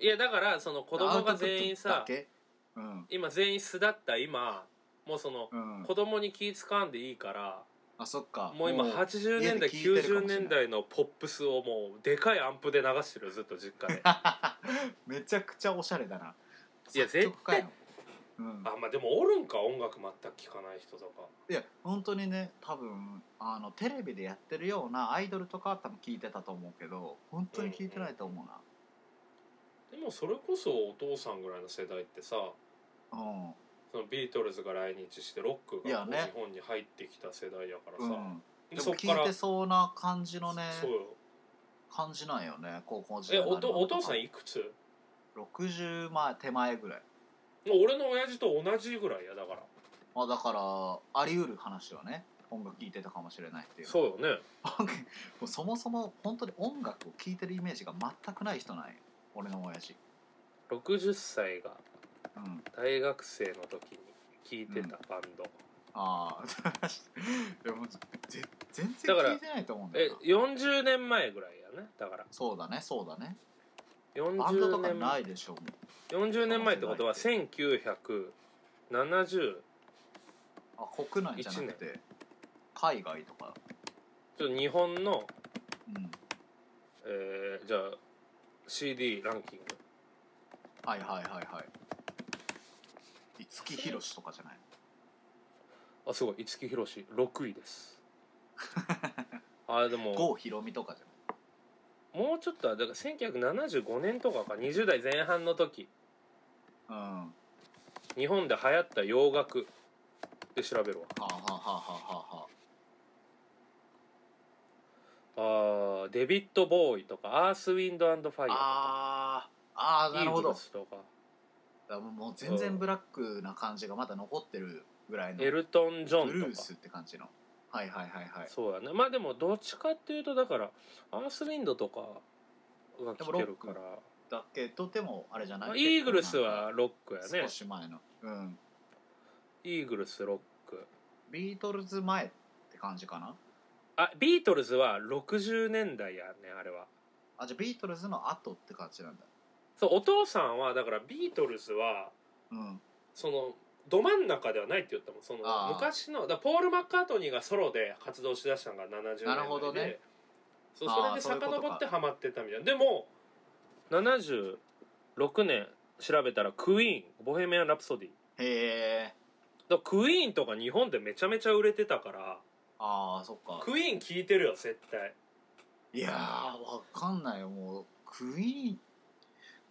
Speaker 1: い
Speaker 2: やだからその子供が全員
Speaker 1: アウ
Speaker 2: さ
Speaker 1: トプットだけうん
Speaker 2: 今全員巣立った今もうその
Speaker 1: うん
Speaker 2: 子供に気ぃ使んでいいから
Speaker 1: あそっか
Speaker 2: もう今80年
Speaker 1: 家で
Speaker 2: 代
Speaker 1: 聞いてるか
Speaker 2: 90
Speaker 1: もしれない
Speaker 2: 年代のポップスをもうでかいアンプで流してるよずっと実
Speaker 1: [LAUGHS]
Speaker 2: 家で
Speaker 1: [LAUGHS] めちゃくちゃおしゃれだない
Speaker 2: や
Speaker 1: 作曲家やんうん、
Speaker 2: あまあでもおるんか音楽全く聴かない人とか
Speaker 1: いや本当にね多分あのテレビでやってるようなアイドルとかは多分聞いてたと思うけど本当に聞いてないと思う
Speaker 2: でもそれこそお父さんぐらいの世代ってさ
Speaker 1: なうん、うん
Speaker 2: そのビートルズが来日してロック
Speaker 1: いや
Speaker 2: がこう
Speaker 1: ね
Speaker 2: 日本に入ってきた世代やからさ、
Speaker 1: でも聞いてそうな感じのね
Speaker 2: そうよ
Speaker 1: 感じなんよね高校時
Speaker 2: え
Speaker 1: 代の
Speaker 2: おと
Speaker 1: ア
Speaker 2: お父
Speaker 1: ルバムと
Speaker 2: さ
Speaker 1: か
Speaker 2: んいくつ
Speaker 1: 60前手前ぐらい
Speaker 2: もう俺の親父と同じぐらいやだから
Speaker 1: まあだからあり得る話はね音楽聴いてたかもしれないっていう
Speaker 2: そうよね
Speaker 1: 音楽 [LAUGHS] もうそもそも本当に音楽を聴いてるイメージが全くない人なんよ俺の親父
Speaker 2: 60歳が
Speaker 1: うん
Speaker 2: 大学生の時に聴いてたバンド、
Speaker 1: ああ [LAUGHS] でもぜ全
Speaker 2: だ
Speaker 1: 然
Speaker 2: から
Speaker 1: 聴いてないと思うんだ
Speaker 2: え
Speaker 1: よな
Speaker 2: 40年前ぐらいやねだから
Speaker 1: そうだねそうだねバンドと
Speaker 2: 40
Speaker 1: か
Speaker 2: 年
Speaker 1: な
Speaker 2: 前
Speaker 1: いでしょも
Speaker 2: 40年前ってことは1970
Speaker 1: うあ国内じゃなくて海外とか
Speaker 2: ちょっと日本の、
Speaker 1: うん
Speaker 2: えーじゃあ CD ランキング
Speaker 1: はいはいはいはい五木ひろしとかじゃない
Speaker 2: あすごい五木ひろし6位です
Speaker 1: [LAUGHS]
Speaker 2: あーでも
Speaker 1: 郷ひろみとかじゃない
Speaker 2: もうちょっとはだから1975年とかか20代前半の時
Speaker 1: うんは
Speaker 2: 日本で流行った洋楽で調べるわ
Speaker 1: あはあはあはあはあは
Speaker 2: あーデビッド・ボーイとかアース・ウィンド・アンド・ファイア
Speaker 1: あああーな
Speaker 2: とかイ
Speaker 1: る
Speaker 2: ー
Speaker 1: ほ
Speaker 2: グル
Speaker 1: ど
Speaker 2: スとか
Speaker 1: あもう全
Speaker 2: うん
Speaker 1: 然ブラックな感じがまだ残ってるぐらいの
Speaker 2: エ
Speaker 1: ブ
Speaker 2: ルトン・ジョンとか
Speaker 1: ルースって感じのはいはいはいはい
Speaker 2: そうやねまあでもどっちかっていうとだからアースウィンドとかが来てるから、
Speaker 1: だけどでもあれじゃない
Speaker 2: まあ、イーグルスはロックや
Speaker 1: 少
Speaker 2: ね
Speaker 1: し前のうん
Speaker 2: イーグルスロック
Speaker 1: ビートルズ前って感じかな
Speaker 2: あビートルズは60年代やねあれは
Speaker 1: あじゃあビートルズの後って感じなんだ
Speaker 2: そうお父さんはだからビートルズは
Speaker 1: うん
Speaker 2: そのど真ん中ではないって言ったもんその
Speaker 1: あー
Speaker 2: 昔のだからポール・マッカートニーがソロで活動しだしたのが70年代で
Speaker 1: なるほどね
Speaker 2: そう
Speaker 1: あー
Speaker 2: それで
Speaker 1: そういうことか
Speaker 2: 遡ってハマってたみたいなでも76年調べたらクイーンボヘミアン・ラプソディ
Speaker 1: へえ
Speaker 2: だからクイーンとか日本でめちゃめちゃ売れてたから
Speaker 1: ああそっか
Speaker 2: クイーン聴いてるよ絶対
Speaker 1: いやーわかんないよもうクイーン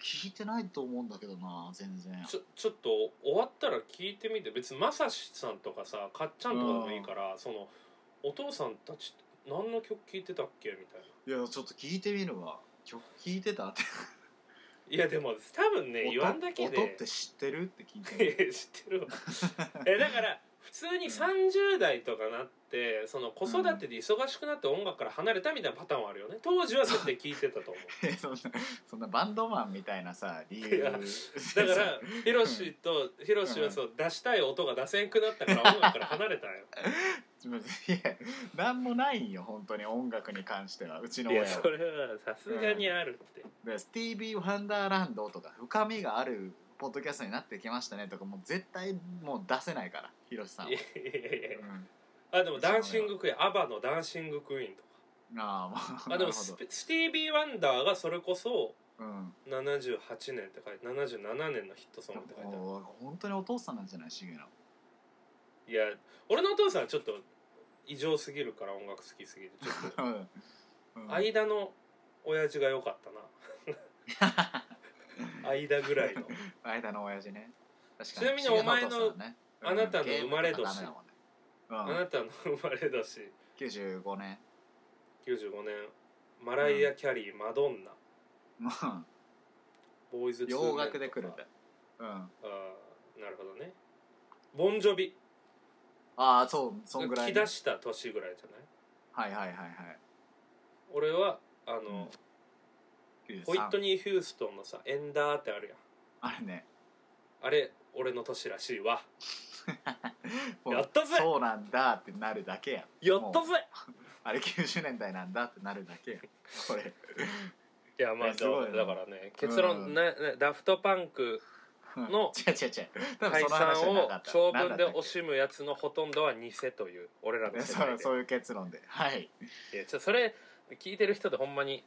Speaker 1: 聞いてないと思うんだけどな全然
Speaker 2: ちょちょっと終わったら聞いてみて別にまさしさんとかさかっちゃんとかでもいいから、そのお父さんたち何の曲聴いてたっけみたいない
Speaker 1: やちょっと聞いてみるわ曲聞いてたって
Speaker 2: いやでも多分ね言わんだけで
Speaker 1: 音って知ってるって聞い
Speaker 2: い
Speaker 1: て [LAUGHS]
Speaker 2: や [LAUGHS] 知ってるわえだから普通に30代とかなってその子育てで忙しくなって音楽から離れたみたいなパターンはあるよね当時は絶対聞いてた
Speaker 1: [LAUGHS]
Speaker 2: と思う
Speaker 1: そんなそんなバンドマンみたいなさ理由
Speaker 2: いやだからヒロシとヒロシはそう出したい音が出せんくなったから音楽から離れたんよ
Speaker 1: [LAUGHS] いや何もないんよ本当に音楽に関してはうちの
Speaker 2: い
Speaker 1: 親
Speaker 2: や
Speaker 1: は
Speaker 2: それはさすがにあるって、
Speaker 1: でスティービー・ワンダーランドとか深みがあるポッドキャストになってきましたねとかもう絶対もう出せないからヒロシさんはい
Speaker 2: や、いやいやい
Speaker 1: うん
Speaker 2: やあでもダンシングクイーンアバのダンシングクイーンと
Speaker 1: ああ
Speaker 2: か
Speaker 1: ま
Speaker 2: あ
Speaker 1: あな
Speaker 2: でも
Speaker 1: る
Speaker 2: ス
Speaker 1: ほど
Speaker 2: ペスティービー・ワンダーがそれこそ
Speaker 1: うん
Speaker 2: 78年って書いて77年のヒットソングって書いてある
Speaker 1: もう本当にお父さんなんじゃないシゲの
Speaker 2: いや俺のお父さんはちょっと異常すぎるから音楽好きすぎてちょっと
Speaker 1: うんうん
Speaker 2: 間の親父が良
Speaker 1: [LAUGHS]
Speaker 2: かったな間ぐらいの
Speaker 1: 間の親父ね確か
Speaker 2: ちなみにお前の
Speaker 1: シゲ父さんねうん
Speaker 2: あなたの生まれ年
Speaker 1: ゲームとかダメだもんね
Speaker 2: あ
Speaker 1: うん
Speaker 2: なたの生まれだし
Speaker 1: 95年
Speaker 2: [LAUGHS] 95年マライア・キャリー、マドンナ
Speaker 1: うん
Speaker 2: ボーイズ2
Speaker 1: 洋楽で来るんだうんあ
Speaker 2: あーなるほどねボンジョビ
Speaker 1: あそうそんぐらい
Speaker 2: 来
Speaker 1: ね
Speaker 2: だした年ぐらいじゃない
Speaker 1: はいはいはいはい
Speaker 2: 俺はあの、
Speaker 1: 93
Speaker 2: ホイットニー・ヒューストンのさ「エンダー」ってあるやん
Speaker 1: あれね
Speaker 2: あれ俺の年らしいわ
Speaker 1: もう
Speaker 2: やったぜ
Speaker 1: そうなんだってなるだけや
Speaker 2: やった
Speaker 1: もう
Speaker 2: ぜ
Speaker 1: あれ90年代なんだってなるだけやこれ
Speaker 2: いやまあ
Speaker 1: えすごいな
Speaker 2: だだからね結論、
Speaker 1: うん
Speaker 2: ななダフトパンクの
Speaker 1: 違う違う違う多分
Speaker 2: 解
Speaker 1: その話
Speaker 2: 散
Speaker 1: はな
Speaker 2: を
Speaker 1: かった
Speaker 2: 長文で惜
Speaker 1: お
Speaker 2: しむやつのほとんどは偽という俺らの世
Speaker 1: そ
Speaker 2: 代
Speaker 1: う
Speaker 2: で
Speaker 1: そういう結論ではい、
Speaker 2: いやちょそれ聞いてる人でほんまに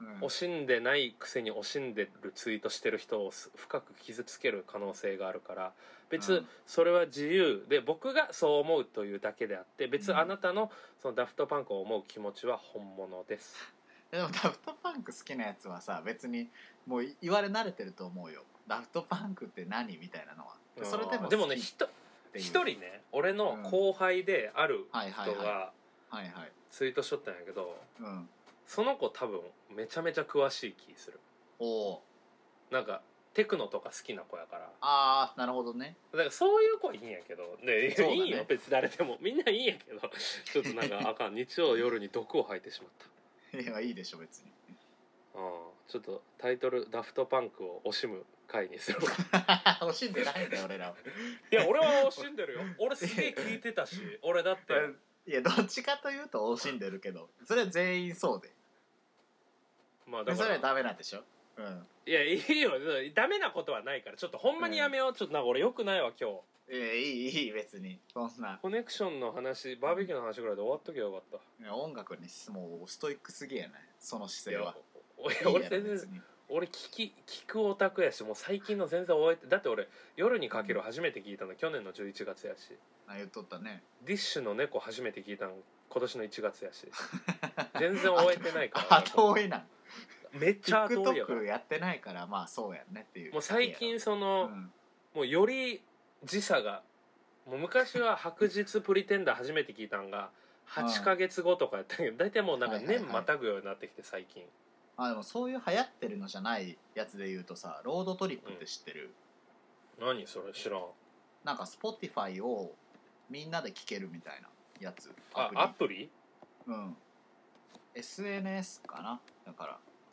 Speaker 1: うん
Speaker 2: 惜しんでないくせに惜しんでるツイートしてる人をす深く傷つける可能性があるから別、
Speaker 1: うん
Speaker 2: それは自由で僕がそう思うというだけであって別、
Speaker 1: うん
Speaker 2: あなたのそのダフトパンクを思う気持ちは本物です
Speaker 1: でもダフトパンク好きなやつはさ別にもう言われ慣れてると思うよダフトパンクって何みたいなのはでそれでも
Speaker 2: でもね
Speaker 1: 好き
Speaker 2: ひと
Speaker 1: っていう
Speaker 2: 一人ね俺の後輩である
Speaker 1: はいはい
Speaker 2: 人
Speaker 1: はい
Speaker 2: が
Speaker 1: はいはい
Speaker 2: ツイートしとったんやけど
Speaker 1: うん
Speaker 2: その子多分めちゃめちゃ詳しい気する
Speaker 1: おお
Speaker 2: なんかテクノとか好きな子やから
Speaker 1: ああなるほどね [LAUGHS]
Speaker 2: だからそういう子いいんやけど、ね
Speaker 1: そうだね
Speaker 2: いいよ別に誰でもみんないいんやけど [LAUGHS] ちょっとなんかあかん日曜夜に毒を吐いてしまっ
Speaker 1: いやいいでしょ別に [LAUGHS]
Speaker 2: たうんちょっとタイトル「ダフトパンク」を惜しむ回に
Speaker 1: [LAUGHS]
Speaker 2: するわ
Speaker 1: 惜しんでないんだよ
Speaker 2: [LAUGHS]
Speaker 1: 俺らはい
Speaker 2: や俺は惜しんでるよ俺すげえ聞いてたし俺
Speaker 1: [LAUGHS]
Speaker 2: だって
Speaker 1: いやどっちかというと惜しんでるけどそれは全員そうで
Speaker 2: まあ
Speaker 1: で
Speaker 2: だ
Speaker 1: そ
Speaker 2: か
Speaker 1: れは
Speaker 2: ら
Speaker 1: ダメなんでしょうん
Speaker 2: いやいいよダメなことはないからちょっとほんまにやめようちょっとなんか俺よくないわ今日
Speaker 1: いやいいいい別にそんな
Speaker 2: コネクションの話バーベキューの話ぐらいで終わっとけばよかっ
Speaker 1: いや音楽にもうストイックすぎやないその
Speaker 2: た
Speaker 1: 姿勢は
Speaker 2: おい
Speaker 1: いい
Speaker 2: や
Speaker 1: や
Speaker 2: 俺
Speaker 1: ろ
Speaker 2: 全
Speaker 1: 別
Speaker 2: 然
Speaker 1: に
Speaker 2: 俺聞き聞くオタクやしもう最近の全然終えてだって俺「夜にかける」初めて聞いたの去年の11月やし
Speaker 1: あ言っとったね
Speaker 2: 「ディッシュの猫」初めて聞いたの今年の1月 [LAUGHS] やし全然終えてないから
Speaker 1: 後追いなん
Speaker 2: めっちゃ後追いやから
Speaker 1: TikTok やってないからまあそうやんねっていう
Speaker 2: もう最近その、
Speaker 1: うん
Speaker 2: もうより時差がもう昔は白日プリテンダー初めて聞いたんが8ヶ月後とかやったけど大体もうなんか
Speaker 1: はいはい
Speaker 2: 年
Speaker 1: はい
Speaker 2: またぐようになってきて最近
Speaker 1: あでもそういう流行ってるのじゃないやつで言うとさロードトリップって知ってる、
Speaker 2: 何それ知らん
Speaker 1: なんか Spotify をみんなで聴けるみたいなやつ
Speaker 2: あアプリ
Speaker 1: リうん SNS かなだか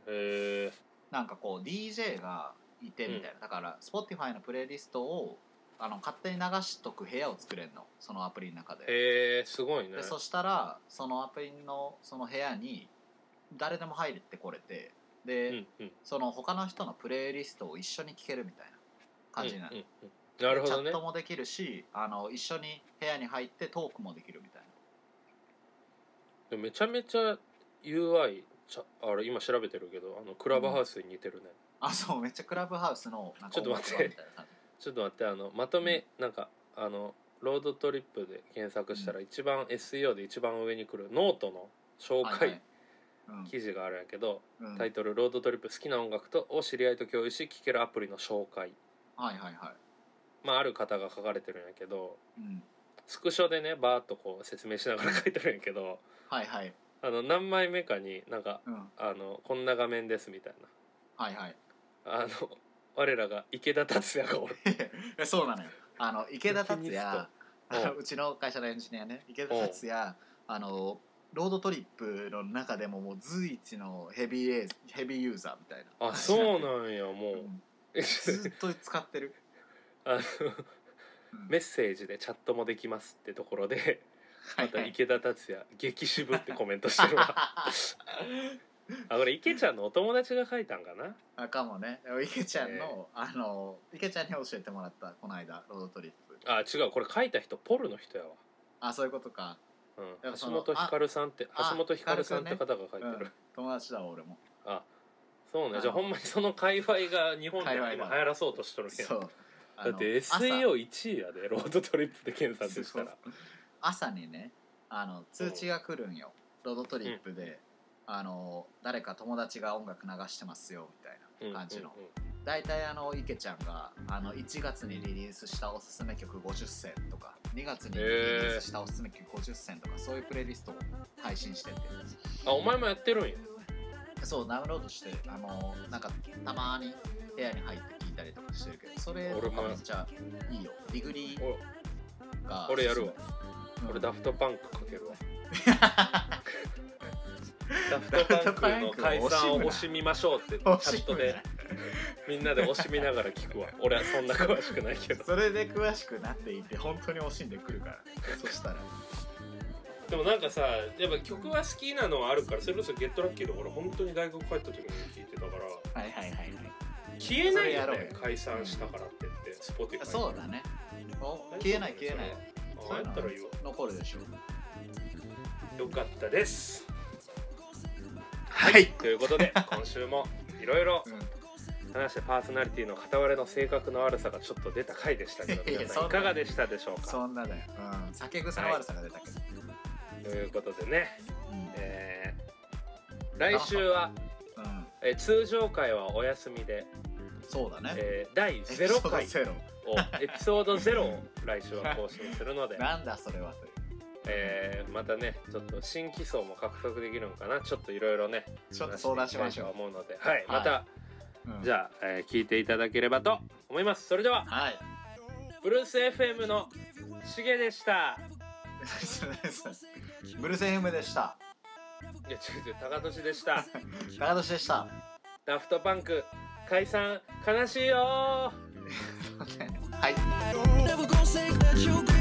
Speaker 1: ら
Speaker 2: へえ
Speaker 1: なんかこう DJ がいてみたいな、だから Spotify のプレイリストをあの勝手に流しとく部屋を作れるのそのアプリの中で、
Speaker 2: へえすごいね
Speaker 1: でそしたらそのアプリのその部屋に誰でも入ってこれてで、
Speaker 2: うんうん
Speaker 1: その他の人のプレイリストを一緒に聴けるみたいな感じにな
Speaker 2: うんう
Speaker 1: る、
Speaker 2: んうんなるほど
Speaker 1: チャ
Speaker 2: ね
Speaker 1: ットもできるしあの一緒に部屋に入ってトークもできるみたいな
Speaker 2: めちゃめちゃ UI ちゃあれ今調べてるけどあのクラブハウスに似てるね、
Speaker 1: あそうめっちゃクラブハウスのなんか
Speaker 2: ちょっと待っ
Speaker 1: 音
Speaker 2: て
Speaker 1: 楽みたいな感
Speaker 2: ちょっと待ってあのまとめなんかあのロードトリップで検索したら一番 SEO で一番上に来るノートの紹
Speaker 1: じはいは
Speaker 2: 介
Speaker 1: いうん
Speaker 2: 記事があるんやけど、
Speaker 1: うん
Speaker 2: タイトル「ロードトリップ好きな音楽と」を知り合いと共有し聴けるアプリの紹介
Speaker 1: はいはいはい
Speaker 2: まあある方が書かれてるんやけど
Speaker 1: うん
Speaker 2: スクショでねバーっとこう説明しながら書いてるんやけど
Speaker 1: はいはい
Speaker 2: あの何枚目かになんか
Speaker 1: うん
Speaker 2: あの「こんな画面です」みたいな
Speaker 1: はいはい
Speaker 2: あの我らが池田達也がおる
Speaker 1: えそうなのよあの池田達
Speaker 2: テニス
Speaker 1: 也
Speaker 2: と
Speaker 1: あのうちの会社のエンジニアね池田達也あのロードトリップの中でももう随一のヘビーエーヘビーユーザーみたいな
Speaker 2: あそうなんやも
Speaker 1: う
Speaker 2: うん
Speaker 1: ずっと使ってる、
Speaker 2: あの [LAUGHS]
Speaker 1: うん
Speaker 2: メッセージでチャットもできますってところで
Speaker 1: はい
Speaker 2: また池田達也激渋ってコメントしてる [LAUGHS] わあこれ池ちゃんのお友達が書いたんかな
Speaker 1: [LAUGHS] あかもねでも池ちゃん
Speaker 2: え
Speaker 1: の、あの池ちゃんに教えてもらったこの間ロードトリップ
Speaker 2: あ違うこれ書いた人ポルの人やわ、
Speaker 1: あそういうことか、
Speaker 2: う
Speaker 1: や
Speaker 2: ん
Speaker 1: っ、ぱ
Speaker 2: 橋
Speaker 1: その
Speaker 2: 本ひかるさんって
Speaker 1: あ
Speaker 2: 橋本ひかるさんっ
Speaker 1: ひか
Speaker 2: て
Speaker 1: る
Speaker 2: 方が書いて
Speaker 1: う
Speaker 2: る、
Speaker 1: ん、友達だわ俺も
Speaker 2: あそうね
Speaker 1: あ
Speaker 2: じゃあほんまにその界隈が日本で
Speaker 1: 界
Speaker 2: 今
Speaker 1: 隈
Speaker 2: 流
Speaker 1: が
Speaker 2: 行らそうとしとるんや
Speaker 1: そうあ
Speaker 2: だ
Speaker 1: の
Speaker 2: って
Speaker 1: 朝
Speaker 2: SEO1 位やでロードトリップで検索したら
Speaker 1: そう朝にねあの通知が来るんよロードトリップで、あの誰か友達が音楽流してますよみたいな感じの、
Speaker 2: うんうんうん
Speaker 1: 大体あの池ちゃんがあの1月にリリースしたおすすめ曲50選とか2月にリリースしたおすすめ曲50選とか、そういうプレイリストを配信してて
Speaker 2: あお前もやってるんや
Speaker 1: そうダウンロードしてあのなんかたまに部屋に入って聞いたりとかしてるけどそれとかめっちゃいいよディグリー
Speaker 2: お
Speaker 1: が
Speaker 2: 俺やるわ
Speaker 1: うん
Speaker 2: 俺ダフトパンクかけるわダフトパンクの解散を惜しみましょうってチャ
Speaker 1: 欲し
Speaker 2: ッ
Speaker 1: く
Speaker 2: ト
Speaker 1: ない
Speaker 2: でみんなで惜しみながら聞くわ俺はそんな詳しくないけど
Speaker 1: それで詳しくなっていって本当に惜しんでくるからそしたら
Speaker 2: でもなんかさやっぱ曲は好きなのはあるからそれこそ「ゲットラッキー」とか俺本当に大学帰った時に聞いてたから
Speaker 1: はいはいはいはい
Speaker 2: 消えないよ
Speaker 1: それやろ
Speaker 2: ね
Speaker 1: うよ
Speaker 2: 解散したからって言って Spotify
Speaker 1: そうだねお消えない消えない
Speaker 2: ああやったらいいわ
Speaker 1: 残るでしょ
Speaker 2: よかったです
Speaker 1: はい、
Speaker 2: とい
Speaker 1: [LAUGHS]
Speaker 2: うことで今週もいろいろ
Speaker 1: うん
Speaker 2: 話してパーソナリティの片割れの性格の悪さがちょっと出た回でしたけど
Speaker 1: いや
Speaker 2: 皆
Speaker 1: そ
Speaker 2: さ
Speaker 1: ん
Speaker 2: ん
Speaker 1: ない
Speaker 2: かがでしたでしょうか
Speaker 1: そんなだよ、うん、酒癖の悪さが出たけど、
Speaker 2: ということでね、
Speaker 1: うん
Speaker 2: えー来週は、
Speaker 1: うん、
Speaker 2: えー通常回はお休みで、
Speaker 1: そうだね、
Speaker 2: えー第0回
Speaker 1: エピソード
Speaker 2: をエピソード0を来週は更新するので
Speaker 1: ゼロ、なんだそれはという
Speaker 2: えーまたねちょっと新規層も獲得できるのかなちょっといろいろね
Speaker 1: ちょっと相談しましょ
Speaker 2: 話ていきたいと思うので、はい、また、
Speaker 1: う、うん
Speaker 2: じゃあ、えー聞いていただければと思いますそれでは
Speaker 1: はい [LAUGHS]
Speaker 2: ブルース FM のしげでした
Speaker 1: ブルーセン M でした
Speaker 2: いや違う違う高俊でした
Speaker 1: [LAUGHS] 高年でした
Speaker 2: ダフトパンク解散悲しいよー
Speaker 1: はい
Speaker 3: Never gonna say that you're gone.